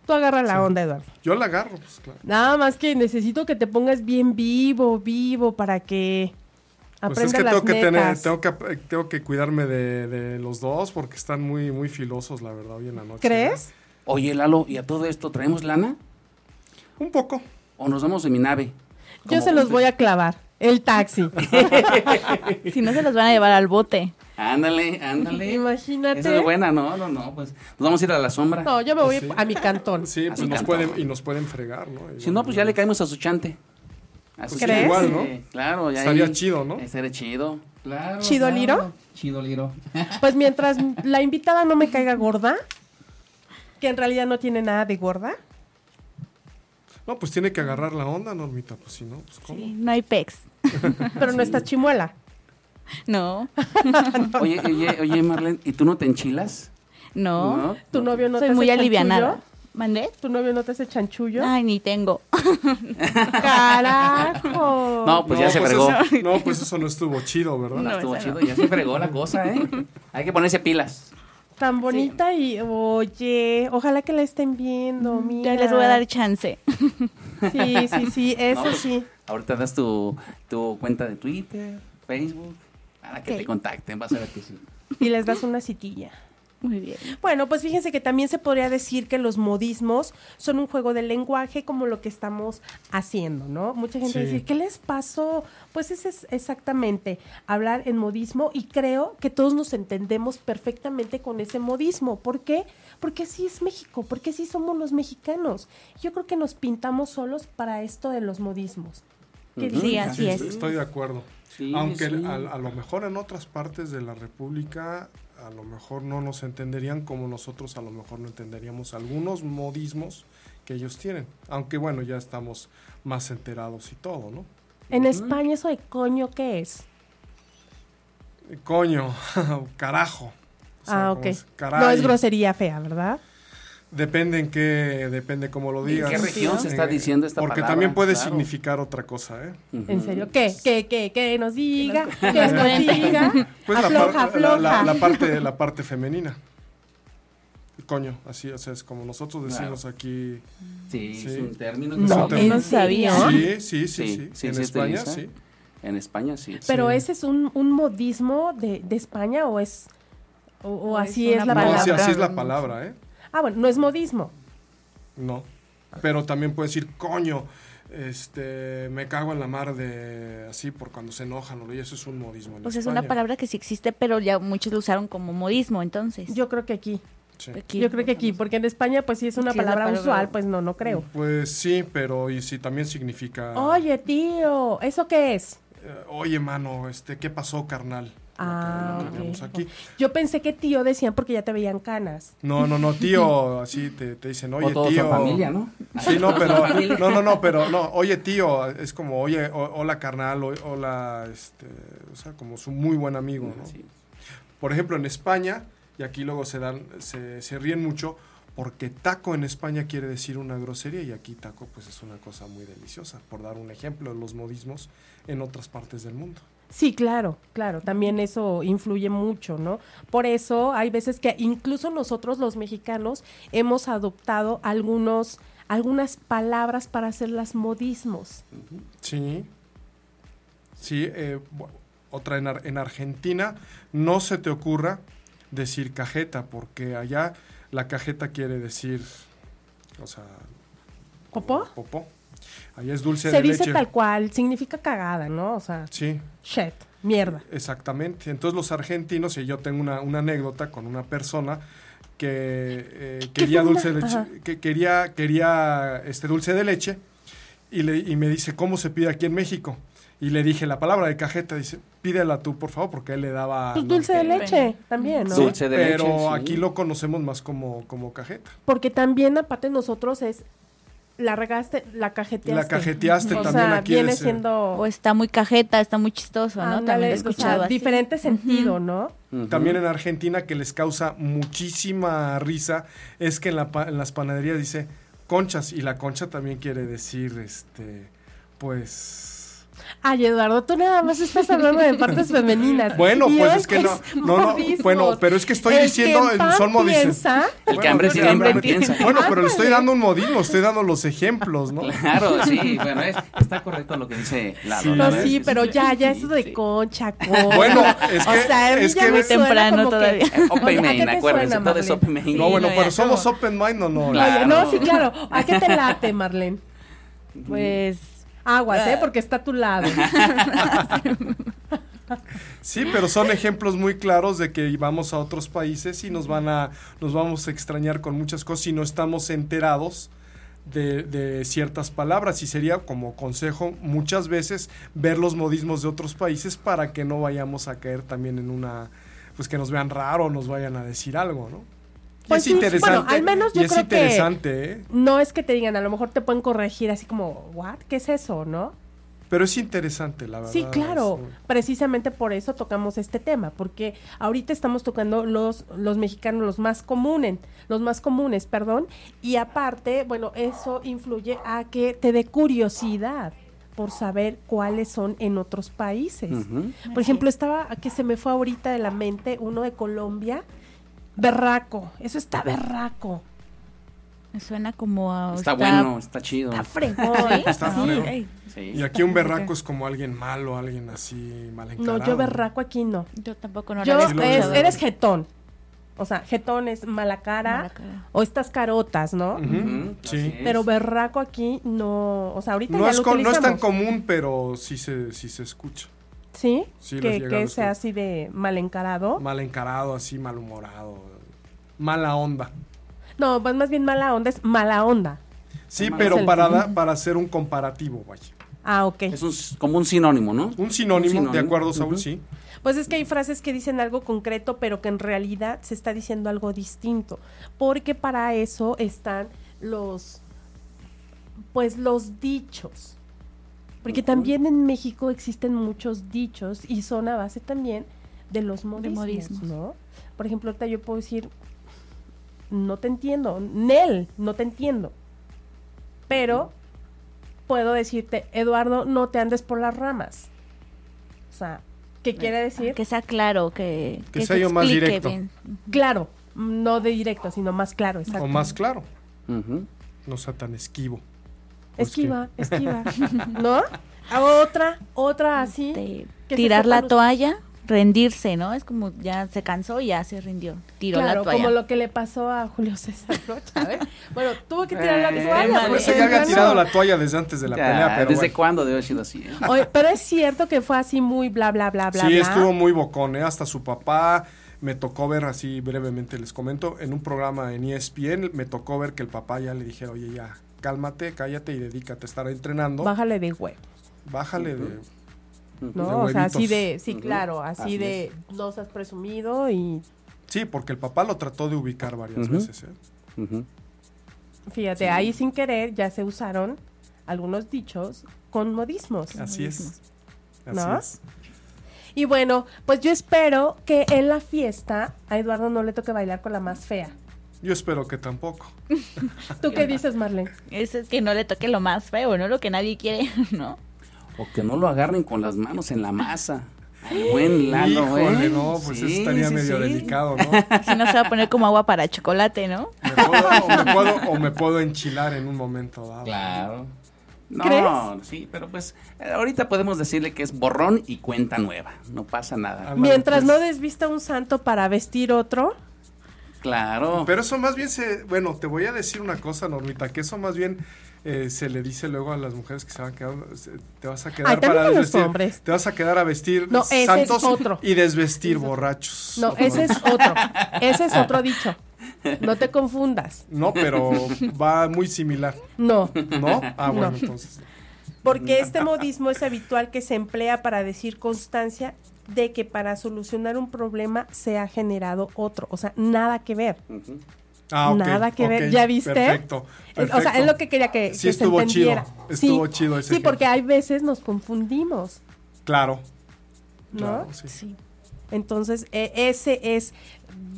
[SPEAKER 2] Tú agarra la onda, Eduardo.
[SPEAKER 4] Yo la agarro, pues claro.
[SPEAKER 2] Nada más que necesito que te pongas bien vivo, vivo, para que
[SPEAKER 4] Pues
[SPEAKER 2] aprendas
[SPEAKER 4] es que
[SPEAKER 2] las
[SPEAKER 4] tengo que, tener,
[SPEAKER 2] metas.
[SPEAKER 4] tengo, que eh, tengo que cuidarme de, de los dos porque están muy, muy filosos, la verdad, hoy en la noche.
[SPEAKER 2] ¿Crees?
[SPEAKER 3] Oye, Lalo, ¿y a todo esto traemos lana?
[SPEAKER 4] Un poco.
[SPEAKER 3] ¿O nos vamos en mi nave?
[SPEAKER 2] Yo se los voy a clavar. El taxi.
[SPEAKER 5] Si no, se los van a llevar al bote.
[SPEAKER 3] Ándale, ándale.
[SPEAKER 2] Imagínate.
[SPEAKER 3] Esa es buena, no, no, no. Pues nos vamos a ir a la sombra.
[SPEAKER 2] No, yo me voy
[SPEAKER 4] Sí.
[SPEAKER 2] a mi cantón.
[SPEAKER 4] Sí, pues
[SPEAKER 3] Así
[SPEAKER 4] nos
[SPEAKER 3] cantó.
[SPEAKER 4] pueden, y nos pueden fregar, ¿no?
[SPEAKER 3] Si no, pues ya le caemos a su chante. A su
[SPEAKER 2] Pues ¿Crees?
[SPEAKER 4] igual,
[SPEAKER 3] chante, Claro, ya.
[SPEAKER 4] Estaría
[SPEAKER 3] ahí-
[SPEAKER 4] chido, ¿no?
[SPEAKER 3] Estaría chido. Claro.
[SPEAKER 2] ¿Chido claro. liro?
[SPEAKER 3] Chido Liro.
[SPEAKER 2] Pues mientras la invitada no me caiga gorda, que en realidad no tiene nada de gorda,
[SPEAKER 4] No, pues tiene que agarrar la onda, Normita, pues si no, pues cómo.
[SPEAKER 5] Sí, no hay pex.
[SPEAKER 2] pero no está chimuela.
[SPEAKER 5] No,
[SPEAKER 3] Oye, oye, oye, Marlene, ¿y tú no te enchilas?
[SPEAKER 5] no.
[SPEAKER 2] Tu novio no
[SPEAKER 5] Soy
[SPEAKER 2] te
[SPEAKER 5] muy
[SPEAKER 2] hace
[SPEAKER 5] alivianada.
[SPEAKER 2] chanchullo?
[SPEAKER 5] ¿Mandé?
[SPEAKER 2] ¿Tu novio no te hace chanchullo?
[SPEAKER 5] Ay, ni tengo.
[SPEAKER 2] ¡Carajo!
[SPEAKER 3] No, pues
[SPEAKER 4] No,
[SPEAKER 3] ya se fregó.
[SPEAKER 4] eso- no, pues eso no estuvo chido, ¿verdad?
[SPEAKER 3] No, estuvo
[SPEAKER 5] esa
[SPEAKER 3] chido,
[SPEAKER 5] no.
[SPEAKER 3] ya se fregó la cosa, ¿eh? Hay que ponerse pilas.
[SPEAKER 2] Tan bonita y, oye, ojalá que la estén viendo, mira.
[SPEAKER 5] Mm, Ya les voy a dar chance.
[SPEAKER 2] Sí, sí, sí, eso
[SPEAKER 3] No, pues,
[SPEAKER 2] sí.
[SPEAKER 3] Ahorita das tu, tu cuenta de Twitter, Facebook, para que
[SPEAKER 5] Ok.
[SPEAKER 3] te contacten, vas a ver que sí.
[SPEAKER 2] Y les das una citilla.
[SPEAKER 5] Muy bien.
[SPEAKER 2] Bueno, pues fíjense que también se podría decir que los modismos son un juego de lenguaje como lo que estamos haciendo, ¿no? Mucha gente
[SPEAKER 4] Sí.
[SPEAKER 2] dice, ¿qué les pasó? Pues ese es exactamente hablar en modismo y creo que todos nos entendemos perfectamente con ese modismo. ¿Por qué? Porque así es México, porque así somos los mexicanos. Yo creo que nos pintamos solos para esto de los modismos. ¿Qué
[SPEAKER 3] Ujú.
[SPEAKER 5] Sí,
[SPEAKER 2] dicen?
[SPEAKER 5] así es.
[SPEAKER 4] Estoy de acuerdo.
[SPEAKER 3] Sí,
[SPEAKER 4] Aunque
[SPEAKER 3] sí.
[SPEAKER 4] A, a lo mejor en otras partes de la República a lo mejor no nos entenderían como nosotros a lo mejor no entenderíamos algunos modismos que ellos tienen. Aunque bueno, ya estamos más enterados y todo, ¿no?
[SPEAKER 2] En España eso de coño, ¿qué es?
[SPEAKER 4] Eh, Coño, carajo. O sea,
[SPEAKER 2] ah,
[SPEAKER 4] como
[SPEAKER 2] ok.
[SPEAKER 4] es,
[SPEAKER 2] No es
[SPEAKER 4] caray.
[SPEAKER 2] grosería fea, ¿verdad?
[SPEAKER 4] Depende en qué, depende cómo lo
[SPEAKER 3] ¿En
[SPEAKER 4] digas.
[SPEAKER 3] qué región se está
[SPEAKER 4] Eh,
[SPEAKER 3] diciendo esta
[SPEAKER 4] Porque
[SPEAKER 3] palabra?
[SPEAKER 4] también puede
[SPEAKER 3] Claro.
[SPEAKER 4] significar otra cosa, ¿eh?
[SPEAKER 3] Ujú.
[SPEAKER 2] ¿En serio? ¿Qué? ¿Qué? ¿Qué? ¿Qué nos diga? ¿Qué
[SPEAKER 5] nos
[SPEAKER 2] nos
[SPEAKER 5] cuente.
[SPEAKER 2] diga?
[SPEAKER 4] Pues la,
[SPEAKER 2] afloja,
[SPEAKER 4] par- la-
[SPEAKER 2] afloja.
[SPEAKER 4] la- la parte, la parte femenina. Coño, así, o sea, es como nosotros decimos aquí.
[SPEAKER 3] Sí,
[SPEAKER 4] Sí.
[SPEAKER 3] es un término que
[SPEAKER 4] Es
[SPEAKER 2] No,
[SPEAKER 4] un término.
[SPEAKER 2] no
[SPEAKER 5] ¿en serio?
[SPEAKER 2] sabía.
[SPEAKER 5] ¿Ah?
[SPEAKER 4] Sí,
[SPEAKER 3] Sí,
[SPEAKER 4] sí, sí, sí.
[SPEAKER 3] sí,
[SPEAKER 4] en
[SPEAKER 3] sí,
[SPEAKER 4] España,
[SPEAKER 3] utiliza.
[SPEAKER 4] sí.
[SPEAKER 3] En España sí.
[SPEAKER 2] Pero
[SPEAKER 4] Sí.
[SPEAKER 2] ese es un, un modismo de, de España o es o, o
[SPEAKER 5] Es
[SPEAKER 2] así
[SPEAKER 5] una
[SPEAKER 2] es la
[SPEAKER 4] No,
[SPEAKER 5] palabra.
[SPEAKER 2] palabra.
[SPEAKER 4] sí, así es la palabra, ¿eh?
[SPEAKER 2] Ah, bueno, no es modismo.
[SPEAKER 4] No. Pero también puede decir, coño, este, me cago en la mar de. Así, por cuando se enojan, ¿no? y eso es un modismo. en
[SPEAKER 2] Pues
[SPEAKER 5] O sea, Pues es
[SPEAKER 4] España.
[SPEAKER 5] una palabra que sí existe, pero ya muchos lo usaron como modismo, entonces.
[SPEAKER 2] Yo creo que aquí.
[SPEAKER 4] Sí.
[SPEAKER 5] Aquí-
[SPEAKER 2] Yo creo que aquí, porque en España pues sí es una
[SPEAKER 5] Sí, es la
[SPEAKER 2] palabra,
[SPEAKER 5] palabra.
[SPEAKER 2] usual, pues no, no creo.
[SPEAKER 4] Pues sí, pero y sí, también significa.
[SPEAKER 2] Oye, tío, ¿eso qué es?
[SPEAKER 4] eh, oye, mano, este, ¿qué pasó, carnal?
[SPEAKER 2] Ah,
[SPEAKER 4] Lo que tenemos
[SPEAKER 2] ok.
[SPEAKER 4] aquí.
[SPEAKER 2] Yo pensé que tío decían porque ya te veían canas.
[SPEAKER 4] No, no, no, tío, así te, te dicen, oye,
[SPEAKER 3] o todos
[SPEAKER 4] tío.
[SPEAKER 3] son familia, ¿no?
[SPEAKER 4] Sí, no, pero, no, no, no, pero, no, oye, tío, es como, oye, o- hola, carnal, o- hola, este, o sea, como su muy buen amigo, ¿no?
[SPEAKER 3] Sí.
[SPEAKER 4] Por ejemplo, en España, y aquí luego se dan, se, se ríen mucho, porque taco en España quiere decir una grosería, y aquí taco, pues, es una cosa muy deliciosa, por dar un ejemplo, los modismos en otras partes del mundo.
[SPEAKER 2] Sí, claro, claro, también eso influye mucho, ¿no? Por eso hay veces que incluso nosotros los mexicanos hemos adoptado algunos algunas palabras para hacer las modismos.
[SPEAKER 4] Sí. Sí, eh, bu- otra en, Ar- en Argentina, no se te ocurra decir cajeta, porque allá la cajeta quiere decir, o sea,
[SPEAKER 2] ¿Popó?
[SPEAKER 4] popó. Allá es dulce
[SPEAKER 2] Se
[SPEAKER 4] de
[SPEAKER 2] dice
[SPEAKER 4] leche.
[SPEAKER 2] tal cual, significa cagada, ¿no? O sea,
[SPEAKER 4] Sí,
[SPEAKER 2] shit, mierda.
[SPEAKER 4] exactamente. Entonces los argentinos, y yo tengo una, una anécdota con una persona que eh, quería dulce de
[SPEAKER 2] Ajá.
[SPEAKER 4] leche, que quería, quería este dulce de leche, y, le, y me dice, ¿cómo se pide aquí en México? Y le dije la palabra de cajeta, dice, pídela tú, por favor, porque él le daba...
[SPEAKER 2] Pues
[SPEAKER 4] Ah, ¿no?
[SPEAKER 2] dulce de
[SPEAKER 5] qué
[SPEAKER 2] leche
[SPEAKER 5] pena.
[SPEAKER 2] también, ¿no?
[SPEAKER 4] Sí,
[SPEAKER 3] Dulce de leche,
[SPEAKER 4] pero
[SPEAKER 3] sí.
[SPEAKER 4] aquí lo conocemos más como, como cajeta.
[SPEAKER 2] Porque también aparte nosotros es largaste, la cajeteaste.
[SPEAKER 4] La cajeteaste
[SPEAKER 2] o
[SPEAKER 4] también
[SPEAKER 2] sea,
[SPEAKER 4] aquí
[SPEAKER 2] viene
[SPEAKER 4] es, eh,
[SPEAKER 2] siendo
[SPEAKER 5] O está muy cajeta, está muy chistoso, ¿no?
[SPEAKER 2] ándale,
[SPEAKER 5] También lo he
[SPEAKER 2] o sea,
[SPEAKER 5] escuchado así.
[SPEAKER 2] diferente sentido, ¿no?
[SPEAKER 3] Ujú.
[SPEAKER 4] También en Argentina que les causa muchísima risa es que en, la pa- en las panaderías dice conchas y la concha también quiere decir este pues
[SPEAKER 2] Ay, Eduardo, tú nada más estás hablando de partes femeninas.
[SPEAKER 4] bueno
[SPEAKER 2] Y
[SPEAKER 4] pues
[SPEAKER 2] hoy
[SPEAKER 4] es que no
[SPEAKER 2] es
[SPEAKER 4] no no
[SPEAKER 2] modismos.
[SPEAKER 4] bueno pero es que estoy
[SPEAKER 2] El que
[SPEAKER 4] diciendo
[SPEAKER 2] en
[SPEAKER 4] en
[SPEAKER 2] pan
[SPEAKER 4] son modismos
[SPEAKER 2] piensa,
[SPEAKER 3] El que hambre
[SPEAKER 4] Bueno,
[SPEAKER 3] tiene hambre piensa.
[SPEAKER 4] bueno pero le estoy dando un modismo estoy dando los ejemplos no
[SPEAKER 3] Claro, sí, bueno, es- está correcto lo que dice Lalo. la
[SPEAKER 2] No,
[SPEAKER 3] verdad
[SPEAKER 2] pues sí,
[SPEAKER 3] es que
[SPEAKER 2] pero ya, ya
[SPEAKER 3] sí,
[SPEAKER 2] eso de
[SPEAKER 3] sí.
[SPEAKER 2] concha, concha.
[SPEAKER 4] Bueno, es
[SPEAKER 2] o
[SPEAKER 4] que-
[SPEAKER 2] sea, a mí
[SPEAKER 4] es
[SPEAKER 2] ya
[SPEAKER 4] que
[SPEAKER 2] me
[SPEAKER 4] es
[SPEAKER 2] suena
[SPEAKER 5] temprano
[SPEAKER 2] como que-
[SPEAKER 5] todavía.
[SPEAKER 2] Oye,
[SPEAKER 3] Eh, Open
[SPEAKER 2] ¿a qué
[SPEAKER 3] main,
[SPEAKER 2] te
[SPEAKER 3] acuérdense,
[SPEAKER 2] suena,
[SPEAKER 3] todo es
[SPEAKER 2] Marlene?
[SPEAKER 3] open main.
[SPEAKER 4] no bueno
[SPEAKER 5] no,
[SPEAKER 4] pero
[SPEAKER 5] ya,
[SPEAKER 4] somos
[SPEAKER 5] ¿cómo?
[SPEAKER 4] open mind o no
[SPEAKER 3] Claro.
[SPEAKER 2] Oye, no, sí, claro. ¿A qué te late, Marlene?
[SPEAKER 5] Pues
[SPEAKER 2] Aguas, ¿eh? Porque está a tu lado.
[SPEAKER 4] Sí, pero son ejemplos muy claros de que vamos a otros países y nos van a, nos vamos a extrañar con muchas cosas y no estamos enterados de, de ciertas palabras. Y sería como consejo muchas veces ver los modismos de otros países para que no vayamos a caer también en una, pues que nos vean raro, nos vayan a decir algo, ¿no? Y
[SPEAKER 2] Pues sí, bueno, al menos yo
[SPEAKER 4] y es
[SPEAKER 2] creo que-
[SPEAKER 4] interesante, ¿eh?
[SPEAKER 2] No es que te digan, a lo mejor te pueden corregir así como, ¿what? ¿Qué es eso, no?
[SPEAKER 4] Pero es interesante, la verdad.
[SPEAKER 2] Sí, claro.
[SPEAKER 4] es, eh,
[SPEAKER 2] Precisamente por eso tocamos este tema, porque ahorita estamos tocando los, los mexicanos, los más comunes, los más comunes, perdón. Y aparte, bueno, eso influye a que te dé curiosidad por saber cuáles son en otros países.
[SPEAKER 3] Ujú.
[SPEAKER 2] Por ejemplo, estaba que se me fue ahorita de la mente uno de Colombia, berraco. Eso está berraco.
[SPEAKER 5] me suena como a,
[SPEAKER 3] Está bueno, está chido.
[SPEAKER 2] Está fregón.
[SPEAKER 4] Está
[SPEAKER 2] Sí.
[SPEAKER 4] fregón.
[SPEAKER 5] Ey,
[SPEAKER 3] Sí.
[SPEAKER 4] Y aquí un berraco es como alguien malo, alguien así mal
[SPEAKER 2] No,
[SPEAKER 4] encarado.
[SPEAKER 2] yo berraco aquí no.
[SPEAKER 5] yo tampoco no
[SPEAKER 2] Yo
[SPEAKER 5] lo había
[SPEAKER 4] Sí lo he
[SPEAKER 2] es-
[SPEAKER 5] escuchado.
[SPEAKER 4] escuchado.
[SPEAKER 2] eres jetón. O sea, jetón es mala cara,
[SPEAKER 5] Mala cara.
[SPEAKER 2] o estas carotas, ¿no?
[SPEAKER 4] Ujú,
[SPEAKER 3] Ujú, así
[SPEAKER 4] Sí.
[SPEAKER 3] es.
[SPEAKER 2] Pero berraco aquí no, o sea, ahorita
[SPEAKER 4] No
[SPEAKER 2] ya
[SPEAKER 4] es,
[SPEAKER 2] lo
[SPEAKER 4] con- no es tan
[SPEAKER 2] utilizamos.
[SPEAKER 4] común, pero sí se, sí se escucha.
[SPEAKER 2] Sí,
[SPEAKER 4] Sí, lo he
[SPEAKER 2] que,
[SPEAKER 4] llegado a
[SPEAKER 2] que
[SPEAKER 4] escuchar.
[SPEAKER 2] sea así de mal encarado.
[SPEAKER 4] Mal encarado, así malhumorado. Mala onda.
[SPEAKER 2] No, pues más bien mala onda es mala onda.
[SPEAKER 4] Sí,
[SPEAKER 3] Mala
[SPEAKER 4] pero
[SPEAKER 2] onda.
[SPEAKER 4] para, da- para hacer un comparativo, vaya.
[SPEAKER 2] Ah, ok.
[SPEAKER 3] Es un, como un sinónimo, ¿no?
[SPEAKER 4] Un sinónimo,
[SPEAKER 3] Un sinónimo.
[SPEAKER 4] de acuerdo, Saúl,
[SPEAKER 3] Ujú.
[SPEAKER 4] sí.
[SPEAKER 2] Pues es que hay frases que dicen algo concreto, pero que en realidad se está diciendo algo distinto, porque para eso están los, pues los dichos, porque
[SPEAKER 3] Ujú.
[SPEAKER 2] también en México existen muchos dichos y son a base también de los modismos,
[SPEAKER 5] modismos.
[SPEAKER 2] ¿no? Por ejemplo, ahorita yo puedo decir, no te entiendo, Nel, no te entiendo, pero puedo decirte, Eduardo, no te andes por las ramas, o sea, ¿qué quiere decir?
[SPEAKER 5] Que sea claro, que,
[SPEAKER 4] Que
[SPEAKER 5] se
[SPEAKER 4] sea yo más
[SPEAKER 5] explique
[SPEAKER 4] directo.
[SPEAKER 5] bien.
[SPEAKER 2] Claro, no de directo, sino más claro, exacto.
[SPEAKER 4] O más claro,
[SPEAKER 3] Ujú.
[SPEAKER 4] no sea tan esquivo. pues
[SPEAKER 2] esquiva, esquiva, ¿no? A otra, otra así.
[SPEAKER 5] Este,
[SPEAKER 2] que se
[SPEAKER 5] tirar
[SPEAKER 2] sepan
[SPEAKER 5] la
[SPEAKER 2] los-
[SPEAKER 5] toalla, rendirse, ¿no? Es como ya se cansó y ya se rindió. Tiró
[SPEAKER 2] Claro,
[SPEAKER 5] la toalla.
[SPEAKER 2] como lo que le pasó a Julio César Rocha, ¿eh? Bueno, tuvo que tirar la
[SPEAKER 3] Eh,
[SPEAKER 2] toalla.
[SPEAKER 3] vale.
[SPEAKER 4] Por
[SPEAKER 2] porque
[SPEAKER 4] eso ya había
[SPEAKER 2] ganó.
[SPEAKER 4] tirado la toalla desde antes de la
[SPEAKER 3] Ya,
[SPEAKER 4] pelea, pero
[SPEAKER 3] ¿Desde
[SPEAKER 4] bueno.
[SPEAKER 3] cuándo debe haber sido así? eh?
[SPEAKER 2] Oye, pero es cierto que fue así muy bla, bla, bla, bla,
[SPEAKER 4] Sí,
[SPEAKER 2] bla.
[SPEAKER 4] estuvo muy bocón, ¿eh? Hasta su papá me tocó ver, así brevemente les comento, en un programa en E ESPN me tocó ver que el papá ya le dijera, oye, ya, cálmate, cállate y dedícate a estar entrenando.
[SPEAKER 2] Bájale de huevo,
[SPEAKER 4] Bájale de...
[SPEAKER 2] ¿no?
[SPEAKER 4] De
[SPEAKER 2] o sea, así
[SPEAKER 4] huevitos.
[SPEAKER 2] de, sí,
[SPEAKER 3] Ujú.
[SPEAKER 2] claro, así,
[SPEAKER 3] Así
[SPEAKER 2] de no seas presumido y
[SPEAKER 4] Sí, porque el papá lo trató de ubicar varias
[SPEAKER 3] Ujú.
[SPEAKER 4] veces. ¿eh?
[SPEAKER 3] Ujú.
[SPEAKER 2] fíjate, ahí sin querer ya se usaron algunos dichos con modismos.
[SPEAKER 4] Así es. Así
[SPEAKER 2] ¿No?
[SPEAKER 4] es.
[SPEAKER 2] Y bueno, pues yo espero que en la fiesta a Eduardo no le toque bailar con la más fea.
[SPEAKER 4] Yo espero que tampoco.
[SPEAKER 2] ¿Tú qué dices, Marlene?
[SPEAKER 4] Ah,
[SPEAKER 5] Eso es que no le toque lo más feo, ¿no? Lo que nadie quiere, ¿no?
[SPEAKER 3] O que no lo agarren con las manos en la masa. Ay, buen Lalo,
[SPEAKER 4] Híjole,
[SPEAKER 3] ¿eh?
[SPEAKER 4] no, pues
[SPEAKER 3] Sí,
[SPEAKER 4] eso estaría
[SPEAKER 3] sí,
[SPEAKER 4] medio
[SPEAKER 3] sí.
[SPEAKER 4] delicado, ¿no?
[SPEAKER 5] Si no se va a poner como agua para chocolate, ¿no?
[SPEAKER 4] Me puedo- o, me puedo, o me puedo enchilar en un momento dado.
[SPEAKER 3] Claro. No,
[SPEAKER 2] ¿Crees?
[SPEAKER 3] sí, pero pues eh, ahorita podemos decirle que es borrón y cuenta nueva. No pasa nada.
[SPEAKER 4] Ah,
[SPEAKER 2] Mientras
[SPEAKER 4] pues.
[SPEAKER 2] no desvista un santo para vestir otro.
[SPEAKER 3] Claro.
[SPEAKER 4] Ah, Pero eso más bien se... Bueno, te voy a decir una cosa, Normita, que eso más bien eh, se le dice luego a las mujeres que se van quedando... se- Te vas a quedar
[SPEAKER 2] Ay, también
[SPEAKER 4] para
[SPEAKER 2] a los
[SPEAKER 4] desvestir...
[SPEAKER 2] hombres.
[SPEAKER 4] Te vas a quedar a vestir
[SPEAKER 2] No, ese es
[SPEAKER 4] santos
[SPEAKER 2] otro.
[SPEAKER 4] y desvestir borrachos.
[SPEAKER 2] No, ese es otro. Ese es otro dicho. No te confundas.
[SPEAKER 4] No, pero va muy similar,
[SPEAKER 2] No,
[SPEAKER 4] ¿no? Ah, bueno,
[SPEAKER 2] No.
[SPEAKER 4] entonces...
[SPEAKER 2] porque este modismo es habitual que se emplea para decir constancia de que para solucionar un problema se ha generado otro. O sea, nada que ver.
[SPEAKER 3] Ujú.
[SPEAKER 4] Ah, ok,
[SPEAKER 2] Nada que ver,
[SPEAKER 4] ok,
[SPEAKER 2] ¿ya viste?
[SPEAKER 4] perfecto,
[SPEAKER 2] Eh, O sea,
[SPEAKER 4] perfecto.
[SPEAKER 2] es lo que quería que,
[SPEAKER 4] Sí
[SPEAKER 2] que
[SPEAKER 4] estuvo
[SPEAKER 2] se
[SPEAKER 4] chido,
[SPEAKER 2] entendiera.
[SPEAKER 4] estuvo
[SPEAKER 2] sí,
[SPEAKER 4] chido ese
[SPEAKER 2] Sí,
[SPEAKER 4] ejemplo.
[SPEAKER 2] porque hay veces nos confundimos,
[SPEAKER 4] Claro.
[SPEAKER 2] ¿no?
[SPEAKER 4] claro, sí.
[SPEAKER 5] Sí.
[SPEAKER 2] Entonces, e- ese es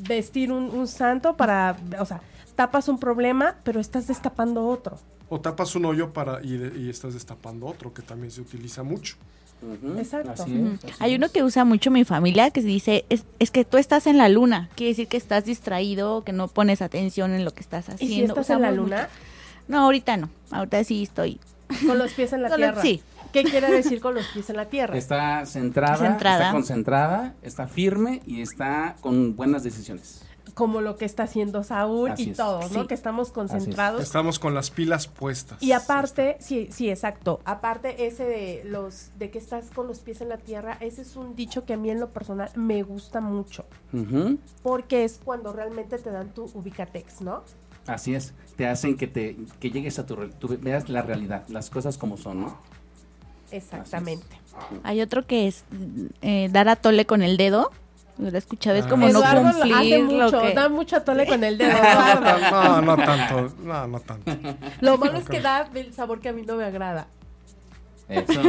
[SPEAKER 2] vestir un, un santo para, o sea, tapas un problema, pero estás destapando otro.
[SPEAKER 4] O tapas un hoyo para y, de- y estás destapando otro, que también se utiliza mucho.
[SPEAKER 3] Ujú,
[SPEAKER 2] Exacto.
[SPEAKER 3] así
[SPEAKER 5] Ujú.
[SPEAKER 3] es, así
[SPEAKER 5] Hay uno
[SPEAKER 3] es.
[SPEAKER 5] que usa mucho mi familia que dice, es, es que tú estás en la luna, quiere decir que estás distraído, que no pones atención en lo que estás
[SPEAKER 2] Y
[SPEAKER 5] haciendo.
[SPEAKER 2] si estás en
[SPEAKER 5] Usamos
[SPEAKER 2] la luna,
[SPEAKER 5] mucho- No, ahorita no, ahorita sí estoy
[SPEAKER 2] con los pies en la
[SPEAKER 5] Con los-
[SPEAKER 2] tierra.
[SPEAKER 5] sí.
[SPEAKER 2] ¿Qué quiere decir con los pies en la tierra?
[SPEAKER 3] Está centrada,
[SPEAKER 5] Centrada.
[SPEAKER 3] está concentrada, está firme y está con buenas decisiones.
[SPEAKER 2] Como lo que está haciendo Saúl
[SPEAKER 3] Así
[SPEAKER 2] y
[SPEAKER 3] es.
[SPEAKER 2] todos, ¿no?
[SPEAKER 5] Sí.
[SPEAKER 2] Que estamos concentrados
[SPEAKER 4] Estamos con las pilas puestas.
[SPEAKER 2] Y aparte, sí, sí, exacto. Aparte ese de los de que estás con los pies en la tierra, ese es un dicho que a mí en lo personal me gusta mucho,
[SPEAKER 3] Ujú,
[SPEAKER 2] porque es cuando realmente te dan tu ubicatex, ¿no?
[SPEAKER 3] Así es. Te hacen que te que llegues a tu, re- tú veas la realidad, las cosas como son, ¿no?
[SPEAKER 2] Exactamente.
[SPEAKER 5] Hay otro que es mm, eh, dar a tole con el dedo. Lo he escuchado, es
[SPEAKER 4] Ah.
[SPEAKER 5] como
[SPEAKER 2] Eduardo
[SPEAKER 5] no
[SPEAKER 2] lo hace
[SPEAKER 5] cumplir lo
[SPEAKER 2] mucho,
[SPEAKER 5] que...
[SPEAKER 2] da mucho tole con el dedo.
[SPEAKER 4] No,
[SPEAKER 2] Eduardo.
[SPEAKER 4] no, no tanto. No, no tanto.
[SPEAKER 2] Lo malo es que da el sabor que a mí no me agrada.
[SPEAKER 3] Eso.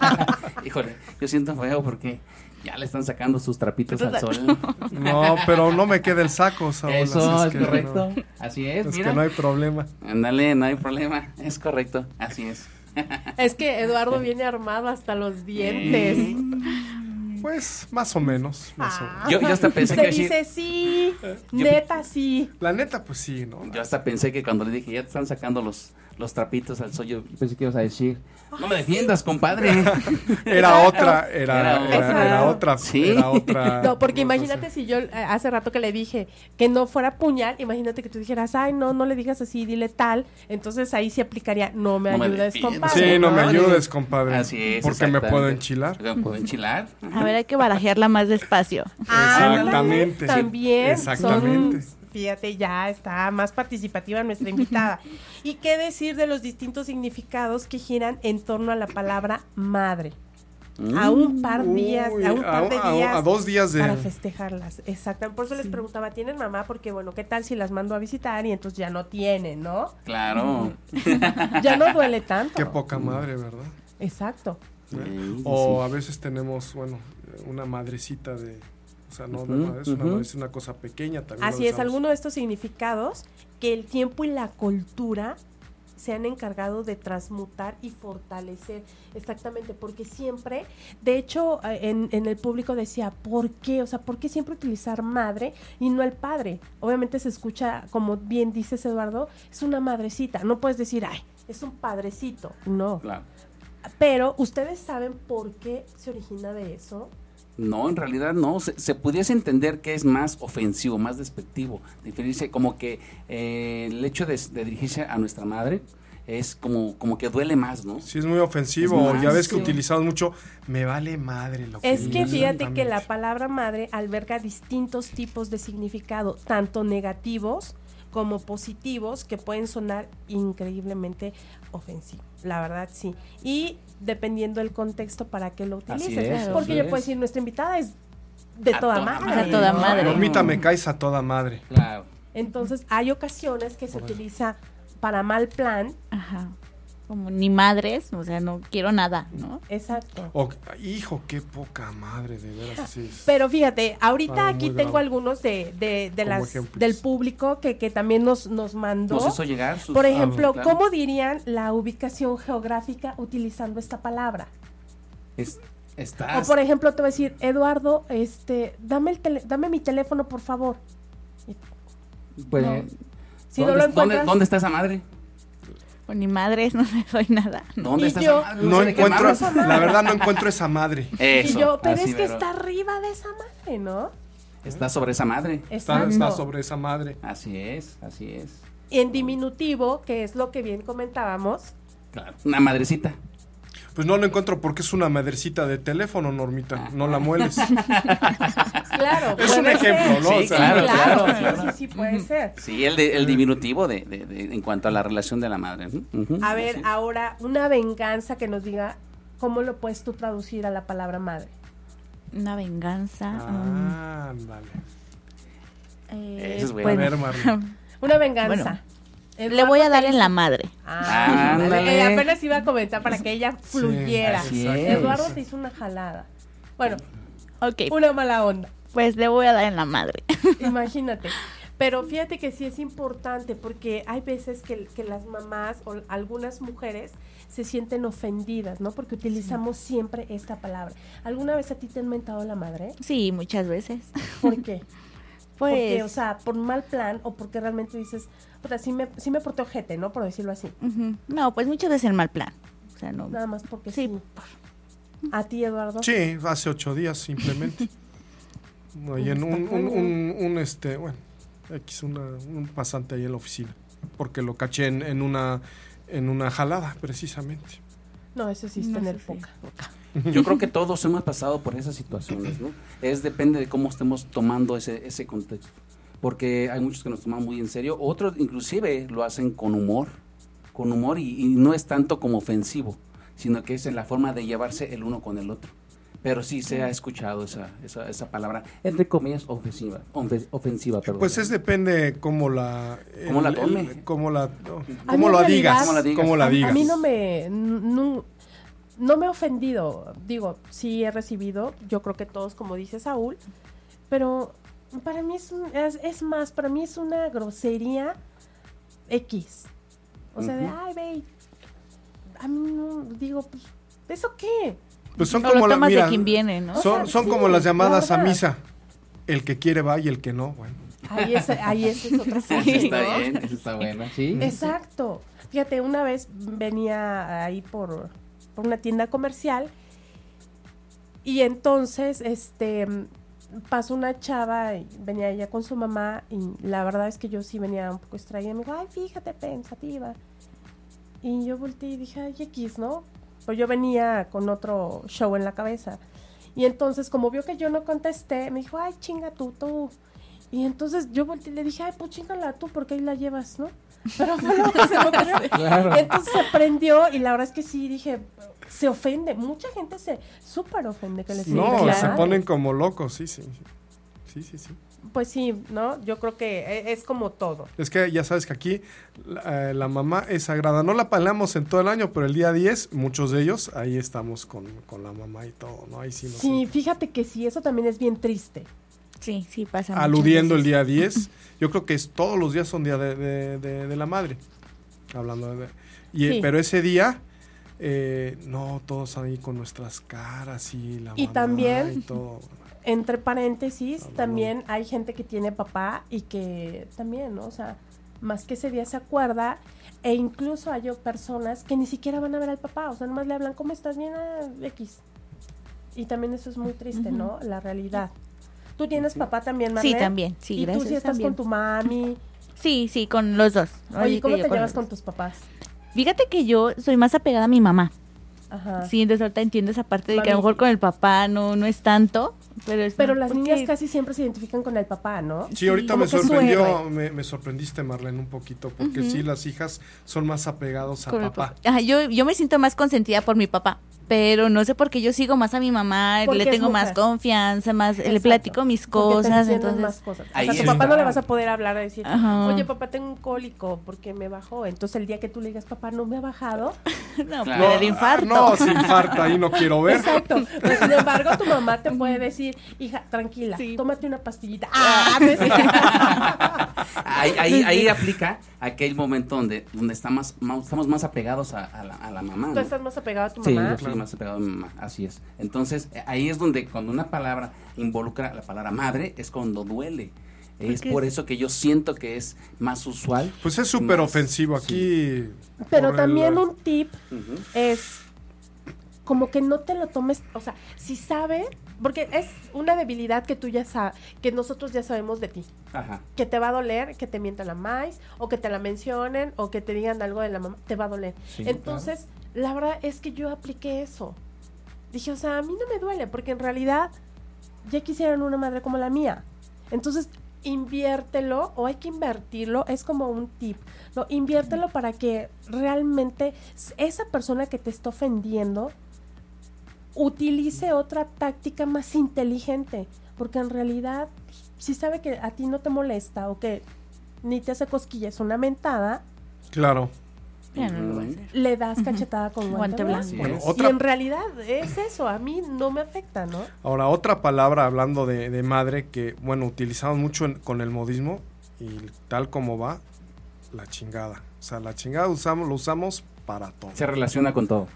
[SPEAKER 3] Híjole, yo siento feo porque ya le están sacando sus trapitos al sol.
[SPEAKER 4] No, pero no me queda el saco, Saúl.
[SPEAKER 3] Eso
[SPEAKER 4] así
[SPEAKER 3] es
[SPEAKER 4] que no.
[SPEAKER 3] correcto. Así es,
[SPEAKER 4] es
[SPEAKER 3] mira.
[SPEAKER 4] que no hay problema.
[SPEAKER 3] Ándale, no hay problema. Es correcto. Así es.
[SPEAKER 2] Es que Eduardo viene armado hasta los dientes.
[SPEAKER 4] Pues más o menos. más
[SPEAKER 2] Ah.
[SPEAKER 4] o menos.
[SPEAKER 3] Yo- yo hasta pensé
[SPEAKER 2] Se
[SPEAKER 3] que iba a decir-
[SPEAKER 2] dice sí, neta sí.
[SPEAKER 4] La neta, pues sí, ¿no?
[SPEAKER 3] Yo hasta pensé que cuando le dije, ya te están sacando los, los trapitos al sol, yo pensé que ibas a decir, no me defiendas, compadre.
[SPEAKER 4] Era otra,
[SPEAKER 3] Era
[SPEAKER 4] era, era-
[SPEAKER 3] otra.
[SPEAKER 4] era otra.
[SPEAKER 3] Sí.
[SPEAKER 4] Era
[SPEAKER 3] Ah,
[SPEAKER 4] otra.
[SPEAKER 2] No, porque
[SPEAKER 4] cosa,
[SPEAKER 2] imagínate
[SPEAKER 4] sí.
[SPEAKER 2] si yo eh, hace rato que le dije que no fuera puñal, imagínate que tú dijeras, ay, no, no le digas así, dile tal. Entonces ahí sí aplicaría, no me
[SPEAKER 3] No me
[SPEAKER 2] ayudes,
[SPEAKER 3] defiendas.
[SPEAKER 2] compadre.
[SPEAKER 4] Sí, no me
[SPEAKER 3] Compadre.
[SPEAKER 4] ayudes, compadre.
[SPEAKER 3] Así es.
[SPEAKER 4] Porque me puedo
[SPEAKER 3] exactamente.
[SPEAKER 4] enchilar.
[SPEAKER 3] Me puedo enchilar.
[SPEAKER 5] A ver, hay que barajearla más despacio.
[SPEAKER 2] Ándale,
[SPEAKER 4] Exactamente.
[SPEAKER 2] También.
[SPEAKER 4] Ah, Exactamente.
[SPEAKER 2] son- fíjate, ya está más participativa nuestra invitada. ¿Y qué decir de los distintos significados que giran en torno a la palabra madre? A un par días,
[SPEAKER 4] Uy,
[SPEAKER 2] a un par de
[SPEAKER 4] a- a-
[SPEAKER 2] días.
[SPEAKER 4] a dos días de-
[SPEAKER 2] Para festejarlas, exacto. Por eso les preguntaba, ¿tienen mamá? Porque, bueno, ¿qué tal si las mando a visitar y entonces ya no tienen, no?
[SPEAKER 3] Claro.
[SPEAKER 2] Ya no duele tanto.
[SPEAKER 4] Qué poca madre, ¿verdad? ¿Eh?
[SPEAKER 2] Exacto.
[SPEAKER 3] Sí,
[SPEAKER 4] O a veces tenemos, bueno, una madrecita de. O sea, no, de
[SPEAKER 3] Ujú,
[SPEAKER 4] madre, es una
[SPEAKER 3] ujú.
[SPEAKER 4] madre, es una cosa pequeña también.
[SPEAKER 2] Así
[SPEAKER 4] lo
[SPEAKER 2] es,
[SPEAKER 4] usamos.
[SPEAKER 2] alguno de estos significados que el tiempo y la cultura se han encargado de transmutar y fortalecer. Exactamente, porque siempre, de hecho, eh, en, en el público decía, ¿por qué? O sea, ¿por qué siempre utilizar madre y no el padre? Obviamente se escucha, como bien dices Eduardo, es una madrecita. No puedes decir, ay, es un padrecito. No.
[SPEAKER 3] Claro.
[SPEAKER 2] Pero, ¿ustedes saben por qué se origina de eso?
[SPEAKER 3] No, en realidad no. Se, se pudiese entender que es más ofensivo, más despectivo. Diferirse como que eh, el hecho de, de dirigirse a nuestra madre es como, como que duele más, ¿no?
[SPEAKER 4] Sí, es muy ofensivo.
[SPEAKER 3] Es muy
[SPEAKER 4] ya ves que
[SPEAKER 3] ofensivo.
[SPEAKER 4] utilizamos mucho. Me vale madre lo que
[SPEAKER 2] Es que
[SPEAKER 4] digas",
[SPEAKER 2] fíjate que
[SPEAKER 4] también.
[SPEAKER 2] la palabra madre alberga distintos tipos de significado, tanto negativos como positivos, que pueden sonar increíblemente ofensivos. La verdad, sí. Y dependiendo del contexto para que lo
[SPEAKER 3] Así
[SPEAKER 2] utilices.
[SPEAKER 3] es,
[SPEAKER 2] Porque
[SPEAKER 3] así
[SPEAKER 2] yo
[SPEAKER 3] es.
[SPEAKER 2] puedo decir, nuestra invitada es de
[SPEAKER 3] A
[SPEAKER 2] toda
[SPEAKER 3] toda
[SPEAKER 2] madre.
[SPEAKER 3] madre.
[SPEAKER 5] A toda
[SPEAKER 2] ¿no?
[SPEAKER 5] madre.
[SPEAKER 4] Normita
[SPEAKER 2] Mm.
[SPEAKER 4] me caes a toda madre.
[SPEAKER 3] Claro.
[SPEAKER 2] Entonces, hay ocasiones que se utiliza para mal plan.
[SPEAKER 5] Ajá. Como ni madres, o sea, no quiero nada, ¿no?
[SPEAKER 2] Exacto.
[SPEAKER 4] O- hijo, qué poca madre, de veras. sí es.
[SPEAKER 2] Pero fíjate, ahorita
[SPEAKER 4] Ah, muy
[SPEAKER 2] aquí
[SPEAKER 4] bravo.
[SPEAKER 2] tengo algunos de, de, de
[SPEAKER 4] Como
[SPEAKER 2] las
[SPEAKER 4] ejemplos.
[SPEAKER 2] del público que, que también nos, nos mandó.
[SPEAKER 3] Nos hizo llegar sus-
[SPEAKER 2] Por ejemplo,
[SPEAKER 3] claro.
[SPEAKER 2] ¿cómo dirían la ubicación geográfica utilizando esta palabra?
[SPEAKER 3] Es- estás.
[SPEAKER 2] O por ejemplo, te voy a decir, Eduardo, este, dame el tele- dame mi teléfono, por favor.
[SPEAKER 3] pues,
[SPEAKER 2] no. Si no lo
[SPEAKER 3] ¿dónde, dónde-
[SPEAKER 2] encuentras,
[SPEAKER 3] dónde está esa madre?
[SPEAKER 5] O ni madres, no me doy nada.
[SPEAKER 3] ¿Dónde
[SPEAKER 2] Y
[SPEAKER 3] está
[SPEAKER 2] yo-
[SPEAKER 3] esa madre?
[SPEAKER 4] no
[SPEAKER 3] sé de qué
[SPEAKER 4] encuentro.
[SPEAKER 3] me hablas.
[SPEAKER 4] La verdad, no encuentro esa madre.
[SPEAKER 3] Eso. Ah,
[SPEAKER 2] y yo, pero
[SPEAKER 3] así,
[SPEAKER 2] es que
[SPEAKER 3] pero
[SPEAKER 2] está arriba de esa madre, ¿no?
[SPEAKER 3] está sobre esa madre.
[SPEAKER 4] Está, está
[SPEAKER 2] Exacto.
[SPEAKER 4] sobre esa madre.
[SPEAKER 3] Así es, así es.
[SPEAKER 2] En diminutivo, que es lo que bien comentábamos,
[SPEAKER 3] Claro. Una madrecita.
[SPEAKER 4] Pues no lo encuentro porque es una madrecita de teléfono, Normita. No la mueles.
[SPEAKER 2] claro.
[SPEAKER 4] Es un
[SPEAKER 2] puede ser.
[SPEAKER 4] ejemplo, ¿no?
[SPEAKER 3] Sí,
[SPEAKER 4] O sea,
[SPEAKER 3] claro,
[SPEAKER 2] claro,
[SPEAKER 3] claro,
[SPEAKER 2] sí,
[SPEAKER 3] claro.
[SPEAKER 2] sí, sí, puede ser.
[SPEAKER 3] Sí, el, de- el diminutivo de, de- de- en cuanto a la relación de la madre. ¿no? Ujú,
[SPEAKER 2] A
[SPEAKER 3] así
[SPEAKER 2] ver,
[SPEAKER 3] es.
[SPEAKER 2] ahora, una venganza que nos diga cómo lo puedes tú traducir a la palabra madre.
[SPEAKER 5] Una venganza. um,
[SPEAKER 4] Ah, ándale.
[SPEAKER 5] eh,
[SPEAKER 3] Eso es bueno.
[SPEAKER 4] A
[SPEAKER 5] pues,
[SPEAKER 4] ¿eh? ver, Marlene.
[SPEAKER 2] Una venganza.
[SPEAKER 5] Bueno, Le
[SPEAKER 2] Eduardo
[SPEAKER 5] voy a dar
[SPEAKER 2] Tello-
[SPEAKER 5] en la madre.
[SPEAKER 2] Ah, ándale.
[SPEAKER 3] Ándale.
[SPEAKER 2] Apenas iba a comentar para que ella fluyera.
[SPEAKER 3] así es.
[SPEAKER 2] Eduardo te hizo una jalada. Bueno,
[SPEAKER 5] Ok,
[SPEAKER 2] una mala onda.
[SPEAKER 5] pues le voy a dar en la madre.
[SPEAKER 2] Imagínate. Pero fíjate que sí es importante porque hay veces que, que las mamás o algunas mujeres se sienten ofendidas, ¿no? Porque utilizamos siempre esta palabra. ¿Alguna vez a ti te han mentado la madre?
[SPEAKER 5] Sí, muchas veces.
[SPEAKER 2] ¿Por qué? Porque,
[SPEAKER 5] Pues,
[SPEAKER 2] o sea, por mal plan o porque realmente dices, o sea, sí me, sí me porté ojete, ¿no? Por decirlo así.
[SPEAKER 5] ujú, no, pues muchas veces en mal plan. O sea, no.
[SPEAKER 2] Nada más porque sí.
[SPEAKER 5] Sí.
[SPEAKER 2] ¿A ti, Eduardo?
[SPEAKER 4] Sí, hace ocho días simplemente. No, y en un, un, un- un, este, bueno, X, una- un pasante ahí en la oficina. Porque lo caché en, en una en una jalada, precisamente.
[SPEAKER 2] No, eso sí es
[SPEAKER 5] No,
[SPEAKER 2] tener
[SPEAKER 5] eso sí.
[SPEAKER 2] poca.
[SPEAKER 3] Yo creo que todos hemos pasado por esas situaciones, ¿no? Es depende de cómo estemos tomando ese, ese contexto. Porque hay muchos que nos toman muy en serio, otros inclusive lo hacen con humor, con humor y, y no es tanto como ofensivo, sino que es en la forma de llevarse el uno con el otro. Pero sí se ha escuchado esa, esa, esa palabra, entre comillas, ofensiva. ofe- ofensiva perdón.
[SPEAKER 4] Pues es depende cómo la...
[SPEAKER 3] Cómo la tome.
[SPEAKER 4] cómo la,
[SPEAKER 2] A mí
[SPEAKER 4] cómo
[SPEAKER 2] en
[SPEAKER 4] la
[SPEAKER 2] realidad-
[SPEAKER 4] digas.
[SPEAKER 3] Cómo la digas.
[SPEAKER 4] cómo la
[SPEAKER 2] A-
[SPEAKER 4] digas.
[SPEAKER 2] A mí no me, n- nu- no me he ofendido. Digo, sí he recibido, yo creo que todos, como dice Saúl, pero para mí es, un- es, es más, para mí es una grosería X. O sea, de,
[SPEAKER 3] Ujú.
[SPEAKER 2] ay, ve, a mí no, digo, pues, ¿eso qué?
[SPEAKER 4] Pues son
[SPEAKER 5] O lo
[SPEAKER 4] como la-
[SPEAKER 5] tomas
[SPEAKER 4] mira,
[SPEAKER 5] de quien viene, ¿no?
[SPEAKER 2] O sea,
[SPEAKER 4] Son, son
[SPEAKER 2] sí,
[SPEAKER 4] como las llamadas
[SPEAKER 2] la
[SPEAKER 4] a
[SPEAKER 2] verdad.
[SPEAKER 4] misa. El que quiere va y el que no, bueno.
[SPEAKER 2] Ahí es, ahí es, es otra cosa,
[SPEAKER 3] Esa está
[SPEAKER 2] ¿no?
[SPEAKER 3] bien, esa está buena. Sí.
[SPEAKER 2] Exacto. Fíjate, una vez venía ahí por, por una tienda comercial y entonces este mm, pasó una chava y venía ella con su mamá y la verdad es que yo sí venía un poco extraña y me dijo, ay, fíjate, pensativa. Y yo volteé y dije, ay, X, ¿no? Pues yo venía con otro show en la cabeza. Y entonces, como vio que yo no contesté, me dijo, ay, chinga tú, tú. Y entonces yo volteé y le dije, ay, pues chingala tú, porque ahí la llevas, ¿no? Pero fue lo que se me ocurrió. Entonces se prendió y la verdad es que sí, dije, se ofende. Mucha gente se súper ofende que les
[SPEAKER 4] no,
[SPEAKER 2] digan la
[SPEAKER 4] se
[SPEAKER 2] edad.
[SPEAKER 4] ponen como locos, sí, sí. Sí, sí, sí.
[SPEAKER 2] Pues sí, ¿no? Yo creo que e- es como todo.
[SPEAKER 4] Es que ya sabes que aquí la, eh, la mamá es sagrada. No la palamos en todo el año, pero el día 10, muchos de ellos, ahí estamos con, con la mamá y todo, ¿no? Ahí sí nos...
[SPEAKER 2] Sí, fíjate que sí, eso también es bien triste.
[SPEAKER 5] Sí, sí, pasa. muchas
[SPEAKER 4] Aludiendo el
[SPEAKER 5] veces.
[SPEAKER 4] día 10, yo creo que es, todos los días son día de, de- de- de la madre. Hablando de... y, eh,
[SPEAKER 2] Sí.
[SPEAKER 4] Pero ese día... eh, no, todos ahí con nuestras caras y la
[SPEAKER 2] Y
[SPEAKER 4] mamá
[SPEAKER 2] también-
[SPEAKER 4] y todo.
[SPEAKER 2] Entre paréntesis,
[SPEAKER 4] Salud.
[SPEAKER 2] también hay gente que tiene papá y que también, ¿no? O sea, más que ese día se acuerda. E incluso hay o- personas que ni siquiera van a ver al papá. O sea, nomás le hablan, ¿cómo estás? Bien, ah, X. Y también eso es muy triste,
[SPEAKER 5] Ujú.
[SPEAKER 2] ¿no? La realidad. ¿Tú tienes papá también, Marlene?
[SPEAKER 5] Sí, también. Sí,
[SPEAKER 2] ¿Y
[SPEAKER 5] gracias.
[SPEAKER 2] tú sí estás
[SPEAKER 5] también.
[SPEAKER 2] con tu mami?
[SPEAKER 5] Sí, sí, con los dos.
[SPEAKER 2] Oye, ¿cómo
[SPEAKER 5] que
[SPEAKER 2] te
[SPEAKER 5] yo
[SPEAKER 2] llevas
[SPEAKER 5] los
[SPEAKER 2] con
[SPEAKER 5] dos.
[SPEAKER 2] tus papás?
[SPEAKER 5] Fíjate que yo soy más apegada a mi mamá.
[SPEAKER 2] Ajá.
[SPEAKER 5] Sí, entonces ahorita entiendo esa parte de que a lo
[SPEAKER 2] Mami.
[SPEAKER 5] mejor con el papá no, no es tanto, pero es
[SPEAKER 2] Pero las
[SPEAKER 5] porque-
[SPEAKER 2] niñas casi siempre se identifican con el papá, ¿no?
[SPEAKER 4] Sí, ahorita
[SPEAKER 2] como
[SPEAKER 4] me
[SPEAKER 2] que es su
[SPEAKER 4] sorprendió,
[SPEAKER 2] héroe.
[SPEAKER 4] me, me sorprendiste Marlene un poquito, porque sí, las hijas son más apegados a
[SPEAKER 5] con el
[SPEAKER 4] papá.
[SPEAKER 5] papá. Ajá, yo, yo me siento más consentida por mi papá, pero no sé por qué yo sigo más a mi mamá,
[SPEAKER 2] Porque
[SPEAKER 5] le
[SPEAKER 2] es
[SPEAKER 5] tengo más
[SPEAKER 2] mujer.
[SPEAKER 5] confianza, más le
[SPEAKER 2] Exacto.
[SPEAKER 5] platico mis
[SPEAKER 2] Porque te
[SPEAKER 5] cosas,
[SPEAKER 2] entienden
[SPEAKER 5] entonces
[SPEAKER 2] más cosas. O
[SPEAKER 3] Ahí
[SPEAKER 2] sea, tu
[SPEAKER 3] está.
[SPEAKER 2] papá no le vas a poder hablar a decir,
[SPEAKER 5] Ajá.
[SPEAKER 2] oye, papá, tengo un cólico porque me bajó. Entonces, el día que tú le digas, papá, no me ha bajado.
[SPEAKER 3] Claro.
[SPEAKER 5] no, para el
[SPEAKER 4] ah,
[SPEAKER 5] infarto.
[SPEAKER 4] No, sin infarto, ahí no quiero ver.
[SPEAKER 2] Exacto. Pero, sin embargo, tu mamá te puede decir, hija, tranquila,
[SPEAKER 5] Sí.
[SPEAKER 2] tómate una pastillita. ¡Ah! no es cierto.
[SPEAKER 3] Ahí, ahí, ahí aplica aquel momento donde, donde está más, más- estamos más apegados a, a la, a la mamá.
[SPEAKER 2] Tú
[SPEAKER 3] ¿no?
[SPEAKER 2] estás más apegado a tu
[SPEAKER 3] Sí,
[SPEAKER 2] mamá.
[SPEAKER 3] yo soy más apegado a mi mamá, así es. Entonces, eh, ahí es donde cuando una palabra involucra la palabra madre, es cuando duele. Es
[SPEAKER 5] Porque
[SPEAKER 3] por
[SPEAKER 5] es-
[SPEAKER 3] eso que yo siento que es más usual.
[SPEAKER 4] Pues es súper
[SPEAKER 3] más-
[SPEAKER 4] ofensivo aquí.
[SPEAKER 2] Pero
[SPEAKER 4] por el-
[SPEAKER 2] también un tip
[SPEAKER 3] Ujú.
[SPEAKER 2] es como que no te lo tomes, o sea, si sabe, porque es una debilidad que tú ya sabes, que nosotros ya sabemos de ti.
[SPEAKER 3] Ajá.
[SPEAKER 2] que te va a doler que te mientan la más o que te la mencionen o que te digan algo de la mamá, te va a doler.
[SPEAKER 3] Sí,
[SPEAKER 2] Entonces, la verdad es que yo apliqué eso. Dije, o sea, a mí no me duele porque en realidad ya quisieran una madre como la mía. Entonces, inviértelo o hay que invertirlo, es como un tip, ¿no? Inviértelo para que realmente s- esa persona que te está ofendiendo utilice otra táctica más inteligente, porque en realidad si sabe que a ti no te molesta o que ni te hace cosquilla, es una mentada,
[SPEAKER 4] Claro.
[SPEAKER 5] Ya no lo voy a hacer.
[SPEAKER 2] le das cachetada con guante,
[SPEAKER 5] Guante
[SPEAKER 2] blanco.
[SPEAKER 5] blanco.
[SPEAKER 4] Bueno,
[SPEAKER 3] es.
[SPEAKER 2] Y
[SPEAKER 4] otra,
[SPEAKER 2] en realidad es eso, a mí no me afecta, ¿no?
[SPEAKER 4] ahora, otra palabra hablando de, de madre que, bueno, utilizamos mucho en- con el modismo y tal como va, la chingada. O sea, la chingada usamos, lo usamos para todo.
[SPEAKER 3] Se relaciona con todo.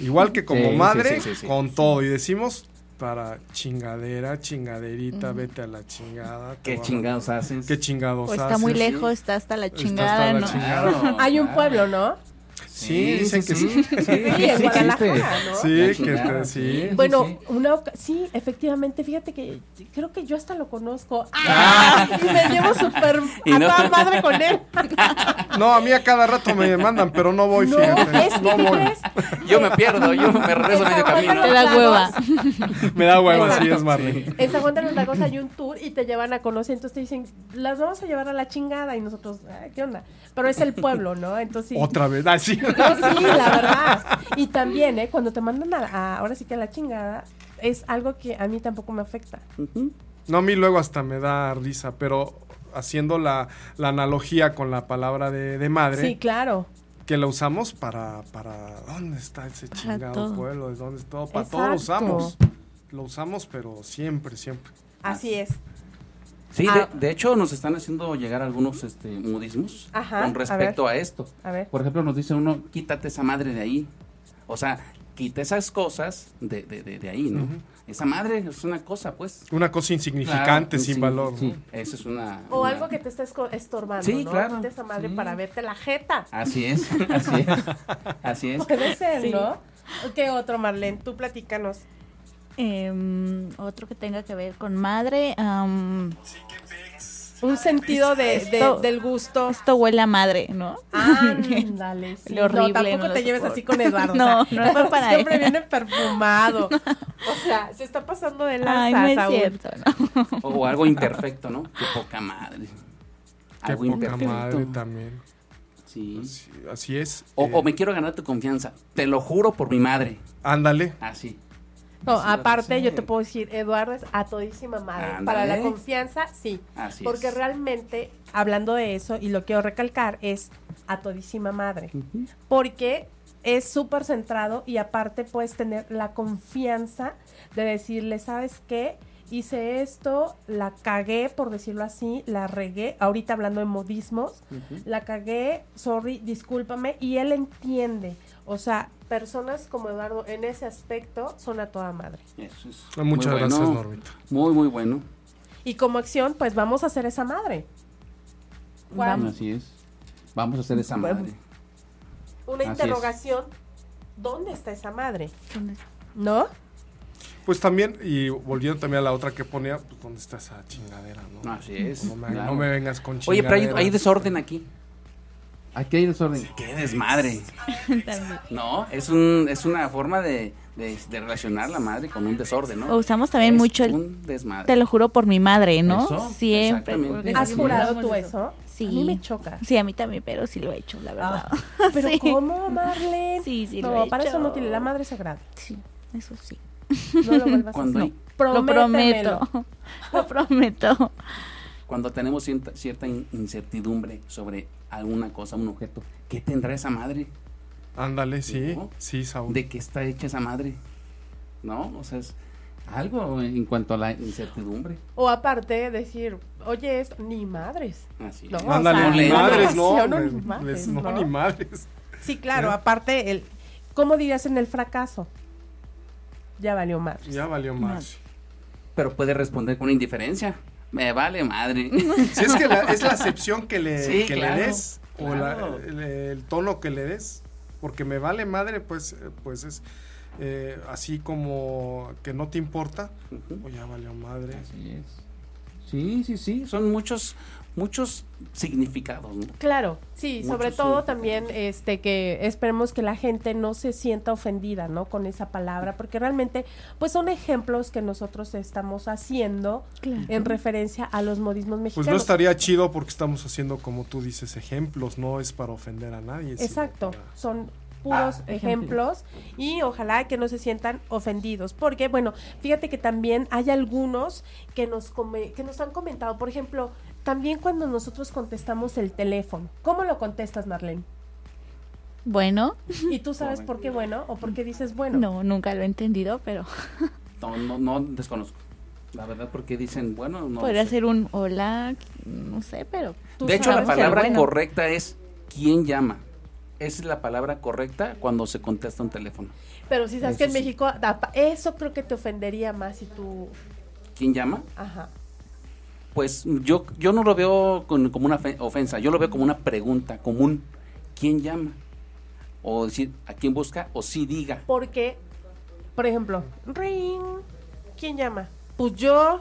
[SPEAKER 4] Igual que como
[SPEAKER 3] Sí, sí,
[SPEAKER 4] madre,
[SPEAKER 3] sí, sí, sí.
[SPEAKER 4] con todo. Y decimos para chingadera, chingaderita, vete a la chingada. te
[SPEAKER 3] ¿Qué
[SPEAKER 4] voy a-
[SPEAKER 3] chingados haces?
[SPEAKER 4] Qué chingados
[SPEAKER 5] O está muy
[SPEAKER 4] haces.
[SPEAKER 5] lejos, está hasta la
[SPEAKER 4] hasta
[SPEAKER 5] chingada,
[SPEAKER 4] la
[SPEAKER 5] ¿no?
[SPEAKER 4] chingada.
[SPEAKER 3] Ah,
[SPEAKER 2] Hay un pueblo, ¿no?
[SPEAKER 4] Sí, dicen que sí.
[SPEAKER 2] Sí, en Guadalajara, ¿no?
[SPEAKER 4] Sí,
[SPEAKER 3] La
[SPEAKER 4] que
[SPEAKER 3] chingada,
[SPEAKER 4] está- sí.
[SPEAKER 3] sí.
[SPEAKER 2] Bueno, una oca- sí, efectivamente, fíjate que creo que yo hasta lo conozco. Ah, Y me llevo súper
[SPEAKER 3] Y
[SPEAKER 2] a
[SPEAKER 3] no.
[SPEAKER 2] toda madre con él.
[SPEAKER 4] No, a mí a cada rato me mandan, pero no voy,
[SPEAKER 2] no,
[SPEAKER 4] fíjate.
[SPEAKER 2] es que
[SPEAKER 4] no
[SPEAKER 2] ¿qué
[SPEAKER 4] voy.
[SPEAKER 2] crees?
[SPEAKER 3] Yo me pierdo, yo me regreso
[SPEAKER 2] En
[SPEAKER 3] medio
[SPEAKER 2] San Juan de
[SPEAKER 3] camino.
[SPEAKER 5] Te da
[SPEAKER 2] los
[SPEAKER 5] hueva.
[SPEAKER 2] Lagos-
[SPEAKER 4] Me da hueva, sí,
[SPEAKER 2] Exacto.
[SPEAKER 4] es más rico.
[SPEAKER 2] En San Juan de los Lagos hay un tour y te llevan a conocer, entonces te dicen, las vamos a llevar a la chingada y nosotros, "Ay, ¿qué onda? Pero es el pueblo, ¿no? Entonces sí.
[SPEAKER 4] Otra vez, Ah, así.
[SPEAKER 2] No, sí, la verdad. Y también, ¿eh? Cuando te mandan a, a- ahora sí que a la chingada, es algo que a mí tampoco me afecta.
[SPEAKER 3] Ujú.
[SPEAKER 4] No, a mí luego hasta me da risa, pero haciendo la, la analogía con la palabra de, de madre,
[SPEAKER 2] Sí, claro.
[SPEAKER 4] que la usamos para, para, ¿dónde está ese chingado
[SPEAKER 5] todo.
[SPEAKER 4] pueblo? ¿De ¿Dónde está todo? Para todo lo
[SPEAKER 2] Exacto.
[SPEAKER 4] usamos. Lo usamos, pero siempre, siempre.
[SPEAKER 2] Así es.
[SPEAKER 3] Sí,
[SPEAKER 2] Ah.
[SPEAKER 3] de, de hecho nos están haciendo llegar algunos este, modismos
[SPEAKER 2] Ajá,
[SPEAKER 3] con respecto a, esto.
[SPEAKER 2] A ver.
[SPEAKER 3] Por ejemplo, nos dice uno, quítate esa madre de ahí. O sea, quita esas cosas de, de, de, de ahí, ¿no? Esa madre es una cosa, pues.
[SPEAKER 4] Una cosa insignificante,
[SPEAKER 3] Claro,
[SPEAKER 4] sin
[SPEAKER 3] sí,
[SPEAKER 4] valor. ¿no?
[SPEAKER 3] Sí, eso es una...
[SPEAKER 2] O
[SPEAKER 3] una-
[SPEAKER 2] algo que te estés co- estorbando,
[SPEAKER 3] Sí,
[SPEAKER 2] ¿no?
[SPEAKER 3] claro.
[SPEAKER 2] Quita esa madre
[SPEAKER 3] Sí.
[SPEAKER 2] para verte la jeta.
[SPEAKER 3] Así es, así es, así es.
[SPEAKER 2] Puede ser,
[SPEAKER 5] Sí.
[SPEAKER 2] ¿no? ¿Qué otro, Marlene? Tú platícanos.
[SPEAKER 5] Em, otro que tenga que ver con madre. am,
[SPEAKER 2] Un sentido de, de-
[SPEAKER 5] Esto-
[SPEAKER 2] del gusto.
[SPEAKER 5] esto huele a madre, ¿no?
[SPEAKER 2] Ándale, sí.
[SPEAKER 5] Lo horrible,
[SPEAKER 2] no, tampoco
[SPEAKER 5] no lo
[SPEAKER 2] te lleves
[SPEAKER 5] soporto.
[SPEAKER 2] así con Eduardo. o
[SPEAKER 5] No,
[SPEAKER 2] sea,
[SPEAKER 5] no fue para
[SPEAKER 2] Siempre
[SPEAKER 5] él.
[SPEAKER 2] viene perfumado. O sea, se está pasando de lanza,
[SPEAKER 5] Ay, no es
[SPEAKER 2] Saúl.
[SPEAKER 5] cierto, ¿no?
[SPEAKER 3] O algo imperfecto, ¿no? Qué poca madre.
[SPEAKER 4] Qué
[SPEAKER 3] Algo
[SPEAKER 4] poca
[SPEAKER 3] imperfecto.
[SPEAKER 4] madre también.
[SPEAKER 3] Sí.
[SPEAKER 4] Sí, así es.
[SPEAKER 3] O,
[SPEAKER 4] eh,
[SPEAKER 3] o me quiero ganar tu confianza. Te lo juro por mi madre.
[SPEAKER 4] Ándale.
[SPEAKER 3] Así.
[SPEAKER 2] No,
[SPEAKER 3] Sí, lo
[SPEAKER 2] aparte
[SPEAKER 3] pensé.
[SPEAKER 2] yo te puedo decir, Eduardo es a todísima madre.
[SPEAKER 3] Ándale.
[SPEAKER 2] Para la confianza, sí.
[SPEAKER 3] Así
[SPEAKER 2] porque
[SPEAKER 3] es.
[SPEAKER 2] realmente, hablando de eso, y lo quiero recalcar, es a todísima madre.
[SPEAKER 3] Ujú.
[SPEAKER 2] Porque es súper centrado y aparte puedes tener la confianza de decirle, ¿sabes qué? Hice esto, la cagué, por decirlo así, la regué, ahorita hablando de modismos, la cagué, sorry, discúlpame, y él entiende. O sea, personas como Eduardo en ese aspecto son a toda madre.
[SPEAKER 3] Eso es muy
[SPEAKER 4] Ah, Muchas gracias,
[SPEAKER 3] bueno.
[SPEAKER 4] Normita.
[SPEAKER 3] Muy, muy bueno.
[SPEAKER 2] Y como acción, pues vamos a hacer esa madre. ¿Cuál?
[SPEAKER 5] Vamos.
[SPEAKER 3] Así es. Vamos a hacer esa
[SPEAKER 5] Bueno.
[SPEAKER 3] madre.
[SPEAKER 2] Una
[SPEAKER 3] Así es.
[SPEAKER 2] interrogación, ¿dónde está esa madre? ¿No?
[SPEAKER 4] Pues también, y volviendo también a la otra que ponía, pues dónde está esa chingadera, ¿no?
[SPEAKER 3] Así es.
[SPEAKER 4] no, me,
[SPEAKER 3] claro.
[SPEAKER 4] no me vengas con
[SPEAKER 3] Oye,
[SPEAKER 4] chingaderas.
[SPEAKER 3] pero hay, hay desorden aquí. Aquí hay desorden. Qué desmadre.
[SPEAKER 5] También.
[SPEAKER 3] No, es, un, es una forma de, de- de relacionar la madre con un desorden,
[SPEAKER 5] O
[SPEAKER 3] ¿no?
[SPEAKER 5] usamos también
[SPEAKER 3] Es
[SPEAKER 5] mucho el
[SPEAKER 3] un desmadre.
[SPEAKER 5] te lo juro por mi madre, ¿no?
[SPEAKER 3] Eso,
[SPEAKER 5] Siempre.
[SPEAKER 3] exactamente.
[SPEAKER 5] porque
[SPEAKER 2] ¿Has
[SPEAKER 5] sí,
[SPEAKER 3] sí,
[SPEAKER 2] jurado
[SPEAKER 5] usamos
[SPEAKER 2] tú eso?
[SPEAKER 5] Sí.
[SPEAKER 2] A mí me choca.
[SPEAKER 5] Sí, a mí también, pero sí lo he hecho, la verdad.
[SPEAKER 2] Ah, Pero
[SPEAKER 5] Sí.
[SPEAKER 2] ¿cómo, Marlene?
[SPEAKER 5] Sí, sí,
[SPEAKER 2] no,
[SPEAKER 5] lo he
[SPEAKER 2] para eso no
[SPEAKER 5] hecho.
[SPEAKER 2] tiene la madre sagrada.
[SPEAKER 5] Sí, eso sí.
[SPEAKER 2] No lo vuelvas
[SPEAKER 3] Cuando,
[SPEAKER 2] a
[SPEAKER 3] hay-
[SPEAKER 2] hacer.
[SPEAKER 5] Lo
[SPEAKER 2] Prométemelo.
[SPEAKER 5] prometo. Lo prometo.
[SPEAKER 3] cuando tenemos cierta, cierta in- incertidumbre sobre alguna cosa, un objeto, ¿qué tendrá esa madre?
[SPEAKER 4] Ándale, sí,
[SPEAKER 3] ¿No?
[SPEAKER 4] sí, Saúl.
[SPEAKER 3] ¿De qué está hecha esa madre? ¿No? O sea, es algo en cuanto a la incertidumbre.
[SPEAKER 2] O aparte decir, oye, es ni madres.
[SPEAKER 3] Así
[SPEAKER 2] No,
[SPEAKER 3] es.
[SPEAKER 2] o sea,
[SPEAKER 4] Ándale, ni
[SPEAKER 3] la
[SPEAKER 4] madres, no.
[SPEAKER 2] relación,
[SPEAKER 4] me-
[SPEAKER 2] ni madres,
[SPEAKER 4] les- no,
[SPEAKER 2] ¿no?
[SPEAKER 4] ni madres.
[SPEAKER 2] Sí,
[SPEAKER 3] ¿Eh?
[SPEAKER 2] claro, aparte el ¿cómo dirías en el fracaso? Ya valió madres.
[SPEAKER 4] Ya valió más.
[SPEAKER 3] Pero puede responder con indiferencia. Me vale madre.
[SPEAKER 4] Si es que la- es la acepción que le,
[SPEAKER 3] Sí,
[SPEAKER 4] que
[SPEAKER 3] claro,
[SPEAKER 4] le des, o la-
[SPEAKER 3] claro.
[SPEAKER 4] el, el tono que le des, porque me vale madre, pues, eh, pues es eh, así como que no te importa, o ya valió madre.
[SPEAKER 3] Así es. Sí, sí, sí. Son muchos, muchos significados, ¿no?
[SPEAKER 2] Claro, sí,
[SPEAKER 3] Mucho
[SPEAKER 2] sobre
[SPEAKER 3] sí.
[SPEAKER 2] todo también este que esperemos que la gente no se sienta ofendida, ¿no? con esa palabra, porque realmente pues son ejemplos que nosotros estamos haciendo en referencia a los modismos
[SPEAKER 4] Pues
[SPEAKER 2] mexicanos.
[SPEAKER 4] no estaría chido porque estamos haciendo, como tú dices, ejemplos, no es para ofender a nadie. sino
[SPEAKER 2] Exacto,
[SPEAKER 4] para-
[SPEAKER 2] son puros ejemplos y ojalá que no se sientan ofendidos, porque bueno, fíjate que también hay algunos que nos come- que nos han comentado, por ejemplo, También cuando nosotros contestamos el teléfono. ¿Cómo lo contestas, Marlene?
[SPEAKER 5] Bueno,
[SPEAKER 2] ¿Y tú sabes por qué bueno o por qué dices bueno?
[SPEAKER 5] no, nunca lo he entendido, pero
[SPEAKER 3] No, no, no desconozco. La verdad, porque dicen, bueno, no.
[SPEAKER 5] podría
[SPEAKER 3] sé.
[SPEAKER 5] ser un hola, no sé, pero
[SPEAKER 2] Tú
[SPEAKER 3] De hecho, la
[SPEAKER 2] sabes el
[SPEAKER 3] palabra
[SPEAKER 2] bueno.
[SPEAKER 3] correcta es ¿quién llama? Esa es la palabra correcta cuando se contesta un teléfono.
[SPEAKER 2] Pero si sabes que en
[SPEAKER 3] Eso sí.
[SPEAKER 2] México, da- eso creo que te ofendería más si tú...
[SPEAKER 3] ¿Quién llama?
[SPEAKER 2] Ajá.
[SPEAKER 3] Pues yo, yo no lo veo con- como una fe- ofensa, yo lo veo como una pregunta común. ¿Quién llama? O decir, ¿a quién busca? O sí diga.
[SPEAKER 2] Porque, por ejemplo, ring, ¿quién llama? Pues yo,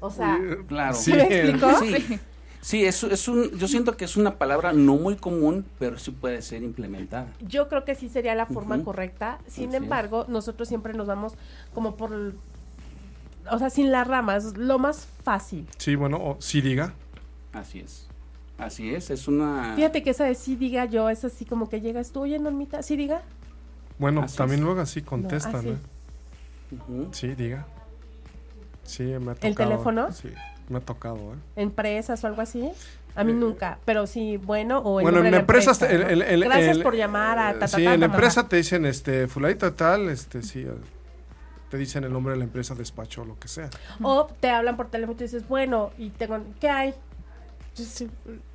[SPEAKER 2] o sea,
[SPEAKER 3] Claro.
[SPEAKER 2] ¿sí me explicó?
[SPEAKER 3] Sí, sí es, es un, yo siento que es una palabra no muy común, pero sí puede ser implementada.
[SPEAKER 2] Yo creo que sí sería la forma
[SPEAKER 3] Ujú.
[SPEAKER 2] correcta. Sin
[SPEAKER 3] Así es.
[SPEAKER 2] embargo, nosotros siempre nos vamos como por, o sea, sin las ramas, lo más fácil.
[SPEAKER 4] Sí, bueno, o sí diga.
[SPEAKER 3] Así es. Así es, es
[SPEAKER 4] Ah.
[SPEAKER 3] una...
[SPEAKER 2] Fíjate que esa de sí diga yo es así como que llegas tú, oye, Normita, sí diga.
[SPEAKER 4] Bueno,
[SPEAKER 3] Así
[SPEAKER 4] también
[SPEAKER 3] es.
[SPEAKER 4] luego así contestan,
[SPEAKER 2] así.
[SPEAKER 4] ¿eh?
[SPEAKER 3] Ujú.
[SPEAKER 4] Sí, diga. Sí, me ha tocado.
[SPEAKER 2] teléfono?
[SPEAKER 4] Sí, me ha tocado, ¿eh?
[SPEAKER 2] Empresas o algo así. A mí nunca, pero sí, bueno, o el
[SPEAKER 4] Bueno,
[SPEAKER 2] nombre
[SPEAKER 4] en
[SPEAKER 2] de la
[SPEAKER 4] empresas.
[SPEAKER 2] empresa,
[SPEAKER 4] el-
[SPEAKER 2] ¿no?
[SPEAKER 4] el- el-
[SPEAKER 2] Gracias
[SPEAKER 4] el-
[SPEAKER 2] por llamar a ta, ta,
[SPEAKER 4] Sí,
[SPEAKER 2] ta,
[SPEAKER 4] en
[SPEAKER 2] ta,
[SPEAKER 4] la
[SPEAKER 2] mamá.
[SPEAKER 4] empresa te dicen, este, fuladita tal, este, sí. eh, Te dicen el nombre de la empresa, despacho o lo que sea.
[SPEAKER 2] O te hablan por teléfono y tú dices, bueno, y tengo, ¿qué hay? Pues,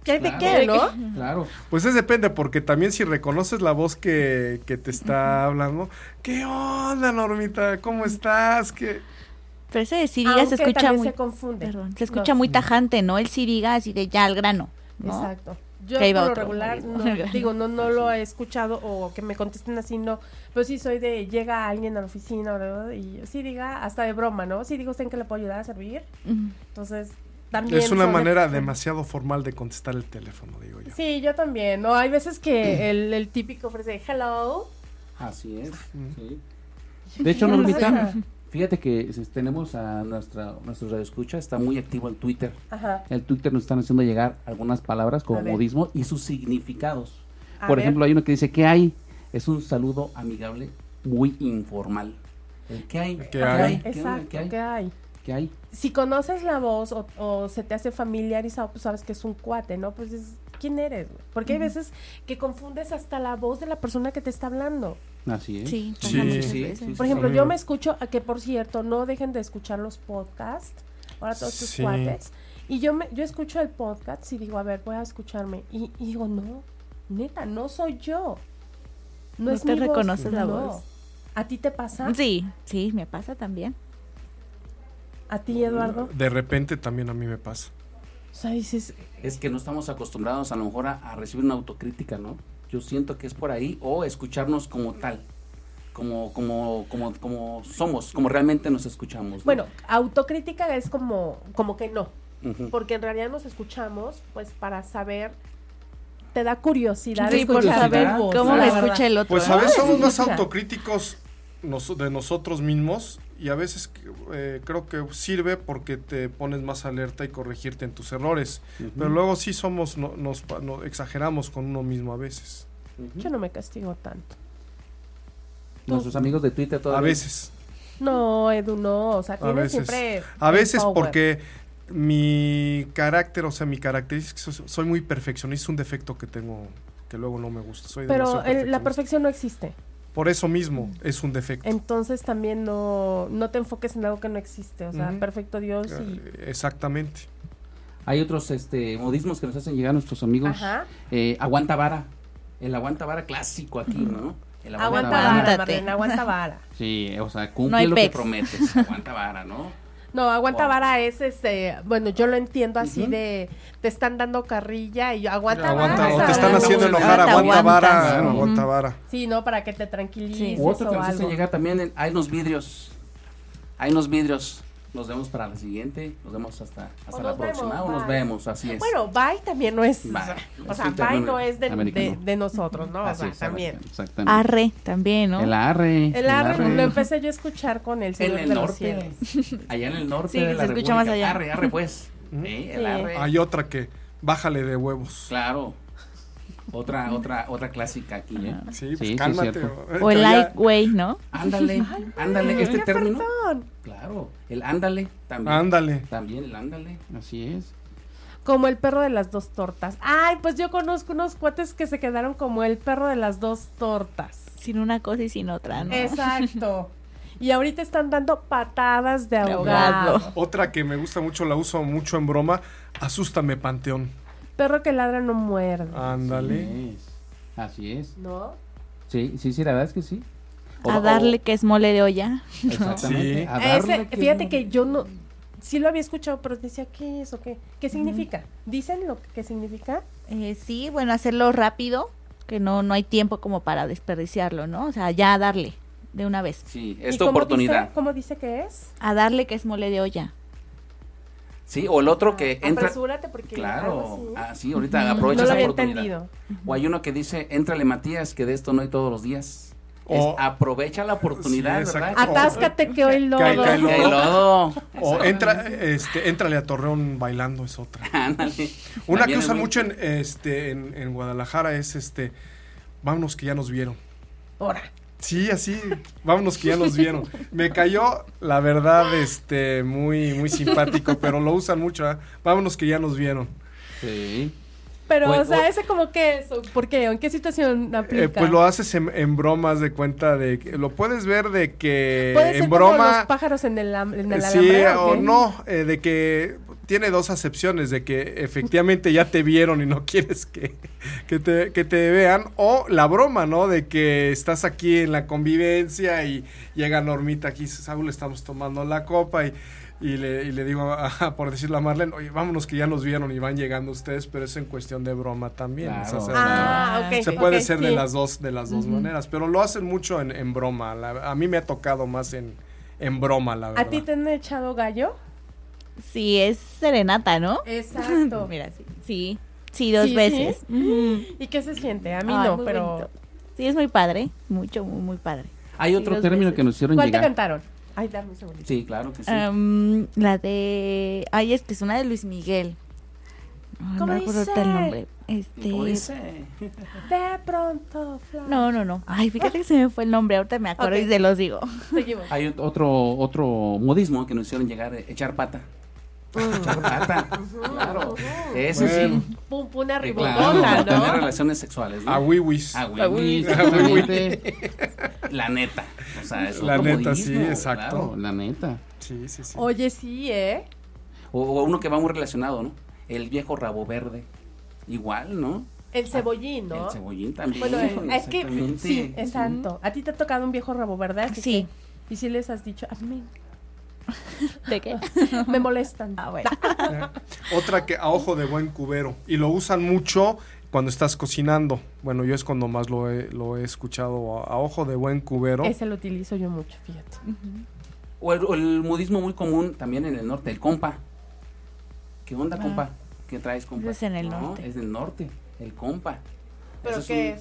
[SPEAKER 2] ¿Qué te
[SPEAKER 3] Claro.
[SPEAKER 2] qué, no?
[SPEAKER 3] Claro.
[SPEAKER 4] Pues es depende, porque también si reconoces la voz que, que te está hablando, ¿qué onda, Normita? ¿Cómo estás? ¿Qué?
[SPEAKER 5] pero ese de Siriga
[SPEAKER 2] Aunque
[SPEAKER 5] se escucha
[SPEAKER 2] también
[SPEAKER 5] muy
[SPEAKER 2] se confunde.
[SPEAKER 5] perdón, se escucha
[SPEAKER 2] No.
[SPEAKER 5] muy tajante, ¿no? El Siriga así de ya al grano, ¿no?
[SPEAKER 2] Exacto. Yo
[SPEAKER 5] Que ahí
[SPEAKER 2] por
[SPEAKER 5] va
[SPEAKER 2] lo
[SPEAKER 5] otro
[SPEAKER 2] regular,
[SPEAKER 5] modismo.
[SPEAKER 2] no, digo, no, no lo he escuchado o que me contesten así, no. Pero sí soy de, llega alguien a la oficina ¿verdad? y yo sí diga, hasta de broma, ¿no? Sí digo, ¿usted en qué le puedo ayudar a servir?
[SPEAKER 5] Ujú.
[SPEAKER 2] Entonces, también...
[SPEAKER 4] Es una
[SPEAKER 2] son de-
[SPEAKER 4] manera demasiado formal de contestar el teléfono, digo yo.
[SPEAKER 2] Sí, yo también, ¿no? Hay veces que el, el típico ofrece, hello.
[SPEAKER 3] Así es.
[SPEAKER 4] Mm.
[SPEAKER 3] sí. De hecho, Normita, fíjate que es- tenemos a nuestra, nuestro radioescucha, está muy activo el Twitter.
[SPEAKER 2] Ajá.
[SPEAKER 3] El Twitter nos están haciendo llegar algunas palabras como
[SPEAKER 2] A ver.
[SPEAKER 3] modismo y sus significados.
[SPEAKER 2] A
[SPEAKER 3] Por
[SPEAKER 2] ver.
[SPEAKER 3] ejemplo, hay uno que dice, ¿qué hay? Es un saludo amigable muy informal. El, ¿Qué hay?
[SPEAKER 4] ¿Qué hay?
[SPEAKER 3] ¿Qué onda?
[SPEAKER 2] Exacto,
[SPEAKER 3] ¿Qué hay?
[SPEAKER 2] ¿qué hay?
[SPEAKER 3] ¿Qué hay?
[SPEAKER 2] Si conoces la voz o, o se te hace familiarizado, pues sabes que es un cuate, ¿no? Pues es, ¿quién eres? güey? Porque hay veces que confundes hasta la voz de la persona que te está hablando.
[SPEAKER 3] Así es.
[SPEAKER 5] Sí, pasa
[SPEAKER 4] Sí,
[SPEAKER 5] muchas
[SPEAKER 3] sí,
[SPEAKER 5] veces.
[SPEAKER 3] sí, sí.
[SPEAKER 2] Por ejemplo, yo
[SPEAKER 4] Amigo.
[SPEAKER 2] me escucho, a que por cierto, no dejen de escuchar los podcasts, ahora todos tus
[SPEAKER 4] Sí.
[SPEAKER 2] cuates, y yo, me, yo escucho el podcast y digo, a ver, voy a escucharme, y, y digo, no, neta, no soy yo. No,
[SPEAKER 5] No
[SPEAKER 2] es
[SPEAKER 5] te
[SPEAKER 2] mi voz,
[SPEAKER 5] reconoces la
[SPEAKER 2] no.
[SPEAKER 5] voz. Ah.
[SPEAKER 2] ¿A ti te pasa?
[SPEAKER 5] Sí, sí, me pasa también.
[SPEAKER 2] ¿A ti, Eduardo?
[SPEAKER 4] De repente también a mí me pasa.
[SPEAKER 2] O sea, dices,
[SPEAKER 3] Es que no estamos acostumbrados a lo mejor a, a recibir una autocrítica, ¿no? Yo siento que es por ahí o escucharnos como tal, como como como como somos, como realmente nos escuchamos. ¿no?
[SPEAKER 2] bueno, autocrítica es como, como que no,
[SPEAKER 3] Ujú.
[SPEAKER 2] porque en realidad nos escuchamos, pues, para saber, te da curiosidad
[SPEAKER 5] Sí, por
[SPEAKER 2] escuchar
[SPEAKER 5] saber
[SPEAKER 2] tu voz,
[SPEAKER 5] cómo
[SPEAKER 2] la
[SPEAKER 5] me
[SPEAKER 2] verdad.
[SPEAKER 5] escucha el otro.
[SPEAKER 4] Pues a veces
[SPEAKER 2] sí,
[SPEAKER 4] somos más
[SPEAKER 2] mucha.
[SPEAKER 4] autocríticos nos- de nosotros mismos y a veces eh, creo que sirve porque te pones más alerta y corregirte en tus errores. Pero luego sí somos, no- nos, pa- no- exageramos con uno mismo a veces.
[SPEAKER 3] Ujú.
[SPEAKER 2] Yo no me castigo tanto.
[SPEAKER 3] Nuestros amigos de Twitter
[SPEAKER 4] A
[SPEAKER 3] todavía.
[SPEAKER 4] veces.
[SPEAKER 2] No, Edu, no. O sea,
[SPEAKER 4] A
[SPEAKER 2] tienes
[SPEAKER 4] veces.
[SPEAKER 2] siempre.
[SPEAKER 4] A veces
[SPEAKER 2] power.
[SPEAKER 4] porque mi carácter, o sea, mi característica, so- soy muy perfeccionista, es un defecto que tengo que luego no me gusta. Soy
[SPEAKER 2] Pero
[SPEAKER 4] demasiado
[SPEAKER 2] el- la
[SPEAKER 4] perfeccionista.
[SPEAKER 2] perfección no existe.
[SPEAKER 4] Por eso mismo es un defecto.
[SPEAKER 2] Entonces también no, no te enfoques en algo que no existe. O sea,
[SPEAKER 4] Ujú.
[SPEAKER 2] perfecto Dios y.
[SPEAKER 4] Eh, Exactamente.
[SPEAKER 3] Hay otros este modismos que nos hacen llegar nuestros amigos.
[SPEAKER 2] Ajá.
[SPEAKER 3] Eh, aguanta vara. El aguanta vara clásico aquí, ¿no? El
[SPEAKER 2] Aguanta vara,
[SPEAKER 5] Aguántate.
[SPEAKER 2] Marlene, aguanta vara.
[SPEAKER 3] Sí, o sea, cumple
[SPEAKER 5] No hay
[SPEAKER 3] lo que
[SPEAKER 5] pecs.
[SPEAKER 3] prometes. Aguanta vara, ¿no?
[SPEAKER 2] No, aguanta
[SPEAKER 3] Wow.
[SPEAKER 2] vara es este. Bueno, yo lo entiendo así
[SPEAKER 3] Ujú.
[SPEAKER 2] de. Te están dando carrilla y yo, aguanta,
[SPEAKER 4] Aguanta,
[SPEAKER 2] vara.
[SPEAKER 5] Ah,
[SPEAKER 4] o te están
[SPEAKER 2] ¿no?
[SPEAKER 4] haciendo
[SPEAKER 3] Aguanta,
[SPEAKER 4] enojar, aguanta
[SPEAKER 5] aguanta.
[SPEAKER 4] vara,
[SPEAKER 3] Claro.
[SPEAKER 4] aguanta vara.
[SPEAKER 2] Sí, no, para que te tranquilices
[SPEAKER 5] Sí.
[SPEAKER 3] O otro que
[SPEAKER 2] o
[SPEAKER 3] nos hace
[SPEAKER 2] algo.
[SPEAKER 3] llegar también, el- hay unos vidrios. Hay unos vidrios. Nos vemos para la siguiente, nos vemos hasta, hasta
[SPEAKER 2] O
[SPEAKER 3] la
[SPEAKER 2] nos vemos,
[SPEAKER 3] próxima, o nos
[SPEAKER 2] bye.
[SPEAKER 3] vemos, así es.
[SPEAKER 2] Bueno, bye también no es.
[SPEAKER 3] Bye.
[SPEAKER 2] O
[SPEAKER 3] Es
[SPEAKER 2] sea,
[SPEAKER 3] un
[SPEAKER 2] bye
[SPEAKER 3] término
[SPEAKER 2] no es de, de,
[SPEAKER 3] americano.
[SPEAKER 2] de nosotros, ¿no? O
[SPEAKER 3] Así
[SPEAKER 2] sea,
[SPEAKER 3] es,
[SPEAKER 2] también.
[SPEAKER 3] americano, Exactamente.
[SPEAKER 5] Arre también, Ah, ¿no?
[SPEAKER 3] El arre.
[SPEAKER 2] El arre lo
[SPEAKER 3] En
[SPEAKER 2] empecé yo a escuchar con el
[SPEAKER 3] el,
[SPEAKER 2] Señor de los
[SPEAKER 3] norte.
[SPEAKER 2] Cielos.
[SPEAKER 3] Allá en el norte.
[SPEAKER 5] Sí,
[SPEAKER 3] de
[SPEAKER 5] que
[SPEAKER 3] la
[SPEAKER 5] se escucha
[SPEAKER 3] República.
[SPEAKER 5] más allá.
[SPEAKER 3] Arre, arre, pues. Sí, el
[SPEAKER 2] Sí.
[SPEAKER 3] arre.
[SPEAKER 4] Hay otra que bájale de huevos.
[SPEAKER 3] Claro. Otra, otra, otra clásica aquí, ¿eh?
[SPEAKER 4] Sí, pues
[SPEAKER 3] Sí, sí,
[SPEAKER 4] cálmate.
[SPEAKER 3] cierto.
[SPEAKER 4] eh,
[SPEAKER 5] O el
[SPEAKER 4] ya-
[SPEAKER 5] like, güey, ¿no?
[SPEAKER 3] Ándale, ándale, este término.
[SPEAKER 2] Perdón.
[SPEAKER 3] Claro, el ándale también.
[SPEAKER 4] Ándale.
[SPEAKER 3] También el ándale, así es.
[SPEAKER 2] Como el perro de las dos tortas. Ay, pues yo conozco unos cuates que se quedaron como el perro de las dos tortas.
[SPEAKER 5] Sin una cosa y sin otra, ¿no?
[SPEAKER 2] Exacto. Y ahorita están dando patadas de
[SPEAKER 5] De
[SPEAKER 2] ahogado.
[SPEAKER 5] ahogado.
[SPEAKER 4] Otra que me gusta mucho, la uso mucho en broma, asústame Panteón.
[SPEAKER 2] Perro que ladra no muerde.
[SPEAKER 4] Ah. Ándale.
[SPEAKER 3] Sí, Así es.
[SPEAKER 2] ¿No?
[SPEAKER 3] Sí, sí, sí, la verdad es que sí. O-
[SPEAKER 5] A
[SPEAKER 3] o-
[SPEAKER 5] darle que es mole de olla.
[SPEAKER 3] Exactamente.
[SPEAKER 4] Sí.
[SPEAKER 3] a darle
[SPEAKER 2] Ese, fíjate que yo no. Sí lo había escuchado, pero decía, ¿qué es o qué? ¿Qué significa? ¿Dicen lo que significa?
[SPEAKER 5] Eh, sí, bueno, hacerlo rápido, que no, no hay tiempo como para desperdiciarlo, ¿no? O sea, ya a darle de una vez.
[SPEAKER 3] Sí,
[SPEAKER 2] ¿Y
[SPEAKER 3] esta
[SPEAKER 2] cómo
[SPEAKER 3] oportunidad.
[SPEAKER 2] Dice, ¿Cómo dice que es?
[SPEAKER 5] A darle que es mole de olla.
[SPEAKER 3] Sí, o el otro que
[SPEAKER 2] Ah,
[SPEAKER 3] entra.
[SPEAKER 2] Apresúrate porque.
[SPEAKER 3] Claro,
[SPEAKER 2] algo así. Mm,
[SPEAKER 3] así ahorita
[SPEAKER 2] no
[SPEAKER 3] aprovecha
[SPEAKER 2] lo
[SPEAKER 3] esa
[SPEAKER 2] había
[SPEAKER 3] oportunidad.
[SPEAKER 2] entendido.
[SPEAKER 3] O hay uno que dice, éntrale Matías, que de esto no hay todos los días. Es
[SPEAKER 4] O-
[SPEAKER 3] aprovecha la oportunidad,
[SPEAKER 4] Sí,
[SPEAKER 3] ¿verdad?
[SPEAKER 4] exacto.
[SPEAKER 2] Atáscate que hoy lodo.
[SPEAKER 4] Cae- cae
[SPEAKER 3] Que hay lodo.
[SPEAKER 4] O entra, este, éntrale a Torreón bailando, es otra.
[SPEAKER 3] Ándale.
[SPEAKER 4] Una que
[SPEAKER 3] También es
[SPEAKER 4] usan
[SPEAKER 3] muy-
[SPEAKER 4] mucho en, este, en, en Guadalajara es este, vámonos que ya nos vieron.
[SPEAKER 2] Ahora.
[SPEAKER 4] Sí, así, vámonos que ya nos vieron. Me cayó, la verdad, este, muy, muy simpático, pero lo usan mucho, ¿ah? vámonos que ya nos vieron.
[SPEAKER 3] Sí.
[SPEAKER 2] Pero,
[SPEAKER 3] Oye,
[SPEAKER 2] o sea,
[SPEAKER 3] oye.
[SPEAKER 2] ese como que es, ¿o ¿por qué? ¿O ¿En qué situación aplica?
[SPEAKER 4] Eh, pues lo haces en, en bromas de cuenta de que lo puedes ver de que
[SPEAKER 2] ¿Puede
[SPEAKER 4] eh, en
[SPEAKER 2] ser como los
[SPEAKER 4] broma Eh,
[SPEAKER 2] pájaros en el, am- en el
[SPEAKER 4] sí
[SPEAKER 2] alambre,
[SPEAKER 4] o
[SPEAKER 2] qué?
[SPEAKER 4] no eh, de que tiene dos acepciones de que efectivamente ya te vieron y no quieres que, que, te, que te vean o la broma no de que estás aquí en la convivencia y llega Normita aquí dice, Saúl estamos tomando la copa y y le, y le digo, a- por decirlo a Marlene, oye, vámonos que ya nos vieron y van llegando ustedes, pero es en cuestión de broma también. o sea,
[SPEAKER 3] Claro.
[SPEAKER 4] se hace-
[SPEAKER 2] Ah, ok.
[SPEAKER 4] se puede
[SPEAKER 2] ok,
[SPEAKER 4] ser de
[SPEAKER 2] sí.
[SPEAKER 4] las dos de las dos maneras, pero lo hacen mucho en, en broma. la- a mí me ha tocado más en, en broma, la verdad.
[SPEAKER 2] ¿A ti te han echado gallo?
[SPEAKER 5] Sí, es serenata, ¿no?
[SPEAKER 2] Exacto.
[SPEAKER 5] Mira, sí. Sí, sí, dos
[SPEAKER 2] Sí, sí.
[SPEAKER 5] veces. Ujú.
[SPEAKER 2] ¿Y qué se siente? A mí
[SPEAKER 5] Ay,
[SPEAKER 2] no,
[SPEAKER 5] muy
[SPEAKER 2] pero.
[SPEAKER 5] bonito. Sí, es muy padre. Mucho, muy, muy padre.
[SPEAKER 3] Hay
[SPEAKER 5] Sí,
[SPEAKER 3] otro
[SPEAKER 5] dos
[SPEAKER 3] término
[SPEAKER 5] veces.
[SPEAKER 3] que nos hicieron
[SPEAKER 2] ¿Cuál te
[SPEAKER 3] llegar.
[SPEAKER 2] cantaron? Ay, dame un segundito.
[SPEAKER 3] Sí, claro que sí.
[SPEAKER 2] Ah,
[SPEAKER 5] Am, la de. Ay, es que es una de Luis Miguel. No,
[SPEAKER 2] ¿Cómo
[SPEAKER 5] no recuerdo ahorita
[SPEAKER 2] dice?
[SPEAKER 5] el nombre.
[SPEAKER 3] ¿Cómo
[SPEAKER 5] Este.
[SPEAKER 3] dice?
[SPEAKER 2] De pronto, Flor.
[SPEAKER 5] No, no, no. Ay, fíjate que se me fue el nombre. Ahorita me acuerdo
[SPEAKER 2] Ok.
[SPEAKER 5] y se los digo.
[SPEAKER 2] Seguimos.
[SPEAKER 3] Hay ot- otro, otro modismo que nos hicieron llegar, eh, echar pata. Echar pata. claro. Eso
[SPEAKER 4] Bueno.
[SPEAKER 3] sí.
[SPEAKER 2] Pum, pum, una
[SPEAKER 3] Eh, claro,
[SPEAKER 2] ribotota,
[SPEAKER 3] para tener
[SPEAKER 2] ¿no?
[SPEAKER 3] relaciones sexuales, ¿no?
[SPEAKER 4] A wiwis.
[SPEAKER 3] Ah, güey,
[SPEAKER 5] Ah, güey.
[SPEAKER 3] exactamente. La neta. O sea, es
[SPEAKER 4] La
[SPEAKER 3] otro
[SPEAKER 4] neta, sí,
[SPEAKER 3] modismo,
[SPEAKER 4] exacto.
[SPEAKER 3] claro, la neta.
[SPEAKER 4] Sí, sí, sí.
[SPEAKER 2] Oye, sí, ¿eh?
[SPEAKER 3] O, o uno que va muy relacionado, ¿no? El viejo rabo verde. Igual, ¿no?
[SPEAKER 2] El cebollín, ¿no?
[SPEAKER 3] Ah, El cebollín también.
[SPEAKER 2] Bueno, eh, es que
[SPEAKER 3] exactamente.
[SPEAKER 2] sí, exacto. A ti te ha tocado un viejo rabo, ¿verdad? Así
[SPEAKER 5] Sí.
[SPEAKER 2] que- y si les has dicho, a mí
[SPEAKER 5] ¿De qué?
[SPEAKER 2] me molestan.
[SPEAKER 5] Ah, bueno.
[SPEAKER 4] Otra que a ojo de buen cubero. Y lo usan mucho cuando estás cocinando. Bueno, yo es cuando más lo he, lo he escuchado. A, a ojo de buen cubero.
[SPEAKER 2] Ese lo utilizo yo mucho, fíjate.
[SPEAKER 3] O el, o el modismo muy común también en el norte, el compa. ¿Qué onda, compa? ¿Qué traes, compa?
[SPEAKER 5] Eso Ah. es en el
[SPEAKER 3] No,
[SPEAKER 5] norte.
[SPEAKER 3] es del norte, el compa.
[SPEAKER 2] ¿Pero
[SPEAKER 3] Eso
[SPEAKER 2] qué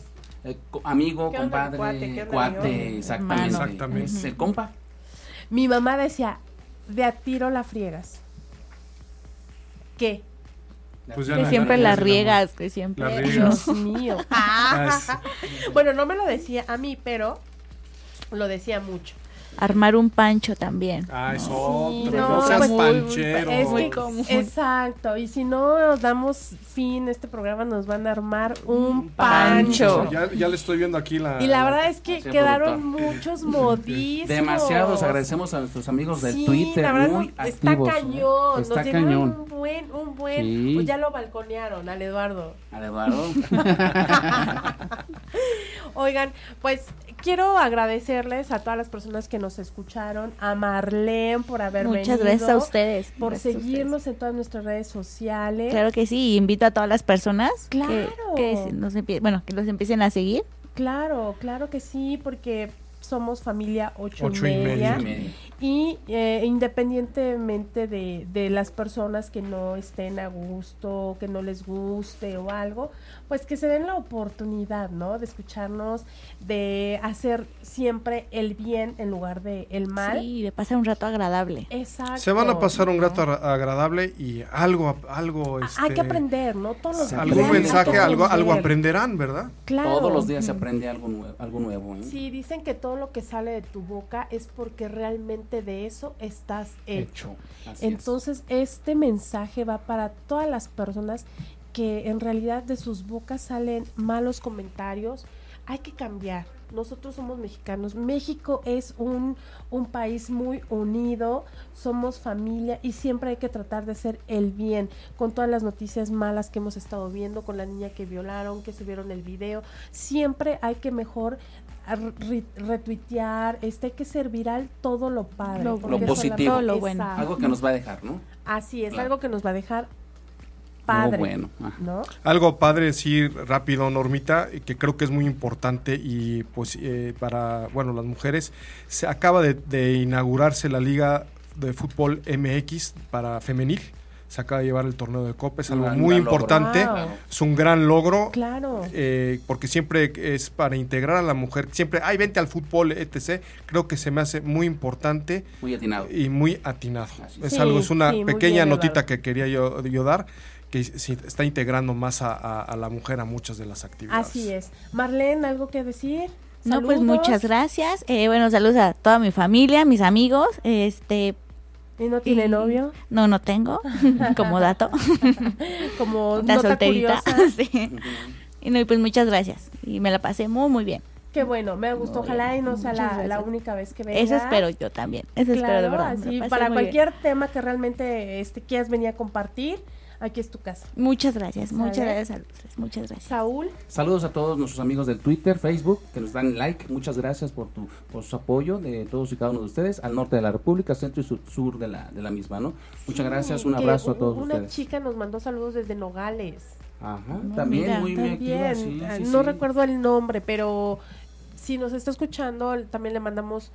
[SPEAKER 3] un-
[SPEAKER 2] es?
[SPEAKER 3] eh, co- amigo,
[SPEAKER 2] ¿Qué onda,
[SPEAKER 3] compadre,
[SPEAKER 2] cuate? ¿Qué
[SPEAKER 3] cuate,
[SPEAKER 2] onda, amigo?
[SPEAKER 3] exactamente.
[SPEAKER 5] Hermano.
[SPEAKER 4] Exactamente.
[SPEAKER 3] Es el compa.
[SPEAKER 2] Mi mamá decía, de a tiro la friegas. ¿Qué?
[SPEAKER 4] Pues ya
[SPEAKER 5] Que
[SPEAKER 4] no-
[SPEAKER 5] siempre
[SPEAKER 4] ya
[SPEAKER 5] la
[SPEAKER 4] se enamoró.
[SPEAKER 5] riegas, que siempre.
[SPEAKER 4] La
[SPEAKER 5] Ay,
[SPEAKER 4] riegas.
[SPEAKER 2] Dios mío.
[SPEAKER 4] Ah, sí.
[SPEAKER 2] Bueno, no me lo decía a mí, pero lo decía mucho.
[SPEAKER 5] Armar un pancho también.
[SPEAKER 4] Ah, es
[SPEAKER 2] Sí,
[SPEAKER 4] otro.
[SPEAKER 2] no,
[SPEAKER 4] No, seas
[SPEAKER 2] pues,
[SPEAKER 4] panchero.
[SPEAKER 2] Es
[SPEAKER 5] Muy
[SPEAKER 2] que-
[SPEAKER 5] común.
[SPEAKER 2] Exacto, y si no damos fin a este programa nos van a armar un
[SPEAKER 5] pancho.
[SPEAKER 2] pancho.
[SPEAKER 4] Ya, ya le estoy viendo aquí la.
[SPEAKER 2] Y la verdad es que
[SPEAKER 3] Así,
[SPEAKER 2] quedaron
[SPEAKER 3] productor.
[SPEAKER 2] muchos modismos.
[SPEAKER 3] Demasiados, agradecemos a nuestros amigos del
[SPEAKER 2] Sí,
[SPEAKER 3] Twitter,
[SPEAKER 2] la verdad
[SPEAKER 3] muy
[SPEAKER 2] nos- está
[SPEAKER 3] activos. ¿eh?
[SPEAKER 2] cañón,
[SPEAKER 3] Está
[SPEAKER 2] nos llegaron
[SPEAKER 3] cañón.
[SPEAKER 2] un buen, un buen,
[SPEAKER 3] Sí.
[SPEAKER 2] pues ya lo balconearon al Eduardo.
[SPEAKER 3] Al Eduardo.
[SPEAKER 2] Oigan, pues quiero agradecerles a todas las personas que nos escucharon, a Marlene por haber
[SPEAKER 5] Muchas
[SPEAKER 2] venido,
[SPEAKER 5] gracias a ustedes.
[SPEAKER 2] por
[SPEAKER 5] Gracias a ustedes.
[SPEAKER 2] seguirnos en todas nuestras redes sociales.
[SPEAKER 5] Claro que sí, y invito a todas las personas que-
[SPEAKER 2] Claro.
[SPEAKER 5] que, se- nos empie- bueno, que los empiecen a seguir.
[SPEAKER 2] Claro, claro que sí, porque somos familia ocho,
[SPEAKER 4] Ocho
[SPEAKER 2] y
[SPEAKER 4] y
[SPEAKER 2] media.
[SPEAKER 4] media.
[SPEAKER 3] Bien.
[SPEAKER 2] Y eh, independientemente de, de las personas que no estén a gusto, que no les guste o algo, pues que se den la oportunidad, ¿no? De escucharnos, de hacer siempre el bien en lugar de el mal. Eh,
[SPEAKER 5] Sí, y de pasar un rato agradable.
[SPEAKER 2] Exacto.
[SPEAKER 4] Se van a pasar un grato agra- agradable y algo, algo. Este,
[SPEAKER 2] Ah, Hay que aprender, ¿no? Todos los
[SPEAKER 3] Sí.
[SPEAKER 4] Algún
[SPEAKER 2] días
[SPEAKER 3] Aprender.
[SPEAKER 4] mensaje,
[SPEAKER 2] hay que
[SPEAKER 4] algo, algo
[SPEAKER 2] aprender.
[SPEAKER 4] aprenderán, ¿verdad?
[SPEAKER 2] Claro.
[SPEAKER 3] Todos los días se aprende algo nuevo. Algo nuevo ¿eh?
[SPEAKER 2] Sí, dicen que todos todo lo que sale de tu boca es porque realmente de eso estás hecho.
[SPEAKER 3] hecho. Así es.
[SPEAKER 2] Entonces, este mensaje va para todas las personas que en realidad de sus bocas salen malos comentarios. Hay que cambiar. Nosotros somos mexicanos. México es un, un país muy unido. Somos familia y siempre hay que tratar de hacer el bien. Con todas las noticias malas que hemos estado viendo, con la niña que violaron, que subieron el video. Siempre hay que mejor a re- retuitear, este, hay que ser viral todo lo padre.
[SPEAKER 5] Lo
[SPEAKER 2] porque
[SPEAKER 3] bueno. Lo
[SPEAKER 2] eso la-
[SPEAKER 3] positivo.
[SPEAKER 2] todo lo
[SPEAKER 5] Exacto.
[SPEAKER 2] bueno.
[SPEAKER 3] algo
[SPEAKER 5] ah.
[SPEAKER 3] que nos va a dejar, ¿no?
[SPEAKER 2] Así es,
[SPEAKER 3] Claro.
[SPEAKER 2] algo que nos va a dejar padre.
[SPEAKER 3] Algo bueno. ajá.
[SPEAKER 2] ¿No?
[SPEAKER 4] Algo padre decir rápido, Normita, eh, que creo que es muy importante y pues eh, para, bueno, las mujeres, se acaba de, de inaugurarse la Liga de Fútbol MX para femenil, se acaba de llevar el torneo de copa, es algo
[SPEAKER 3] Gran-
[SPEAKER 4] muy
[SPEAKER 3] gran logro.
[SPEAKER 4] importante,
[SPEAKER 2] Wow.
[SPEAKER 4] es un gran logro,
[SPEAKER 2] Claro.
[SPEAKER 4] eh, porque siempre es para integrar a la mujer, siempre, ay, vente al fútbol, etc., creo que se me hace muy importante
[SPEAKER 3] Muy atinado.
[SPEAKER 4] y muy atinado.
[SPEAKER 3] Así
[SPEAKER 4] Es
[SPEAKER 2] es.
[SPEAKER 4] algo, es
[SPEAKER 2] Sí,
[SPEAKER 4] una
[SPEAKER 2] sí, muy
[SPEAKER 4] pequeña
[SPEAKER 2] bien,
[SPEAKER 4] notita
[SPEAKER 2] Eduardo.
[SPEAKER 4] que quería yo, yo dar, que se está integrando más a, a- a la mujer a muchas de las actividades.
[SPEAKER 2] Así es. Marlene, ¿algo que decir?
[SPEAKER 5] No, pues
[SPEAKER 2] Saludos.
[SPEAKER 5] muchas gracias. Eh, bueno, saludos a toda mi familia, mis amigos. Este,
[SPEAKER 2] ¿Y no tiene
[SPEAKER 5] y-
[SPEAKER 2] novio?
[SPEAKER 5] No, no tengo, como dato.
[SPEAKER 2] Como
[SPEAKER 5] Una
[SPEAKER 2] nota
[SPEAKER 5] solterita.
[SPEAKER 2] curiosa.
[SPEAKER 5] sí. Y no, y pues muchas gracias. Y me la pasé muy, muy bien.
[SPEAKER 2] Qué bueno, me gustó. Ojalá y no sea
[SPEAKER 5] Muchas
[SPEAKER 2] la, la
[SPEAKER 5] gracias.
[SPEAKER 2] única vez que venga.
[SPEAKER 5] Eso espero yo también. Eso espero de
[SPEAKER 2] Claro,
[SPEAKER 5] verdad. me la
[SPEAKER 2] así,
[SPEAKER 5] pasé
[SPEAKER 2] para
[SPEAKER 5] muy bien.
[SPEAKER 2] cualquier tema que realmente este, quieras venir a compartir, aquí es tu casa.
[SPEAKER 5] Muchas gracias, muchas
[SPEAKER 2] ¿Sale?
[SPEAKER 5] gracias a los tres, muchas gracias.
[SPEAKER 2] Saúl,
[SPEAKER 3] Saludos a todos nuestros amigos del Twitter, Facebook, que nos dan like. Muchas gracias por, tu, por su apoyo de todos y cada uno de ustedes, al norte de la República, centro y sur, sur de, la, de la misma, ¿no? Muchas gracias, un
[SPEAKER 2] que
[SPEAKER 3] abrazo a
[SPEAKER 2] u-
[SPEAKER 3] todos
[SPEAKER 2] Una
[SPEAKER 3] ustedes.
[SPEAKER 2] chica nos mandó saludos desde Nogales.
[SPEAKER 3] Ajá, también
[SPEAKER 5] mira,
[SPEAKER 3] muy bien
[SPEAKER 2] También, ah, no recuerdo el nombre, pero si nos está escuchando, también le mandamos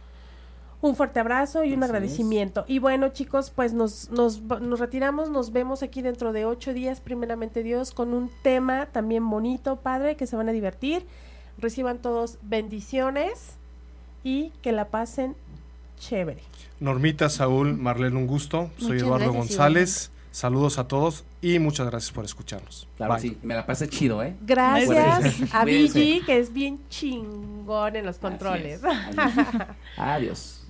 [SPEAKER 2] un fuerte abrazo y un
[SPEAKER 3] Así es.
[SPEAKER 2] agradecimiento. Y bueno, chicos, pues nos, nos, va- nos retiramos, nos vemos aquí dentro de ocho días, primeramente Dios, con un tema también bonito, padre, que se van a divertir. Reciban todos bendiciones y que la pasen chévere.
[SPEAKER 4] Normita, Saúl, Marlene, un gusto. Soy
[SPEAKER 5] Muchas
[SPEAKER 4] Eduardo
[SPEAKER 5] gracias,
[SPEAKER 4] González. Saludos a todos y muchas gracias por escucharnos.
[SPEAKER 3] Claro,
[SPEAKER 4] Bye.
[SPEAKER 3] sí, me la pasé chido, ¿eh?
[SPEAKER 2] Gracias
[SPEAKER 3] Cuídense.
[SPEAKER 2] a Vigi,
[SPEAKER 3] Cuídense.
[SPEAKER 2] que es bien chingón en los controles.
[SPEAKER 3] Así es. Adiós. Adiós.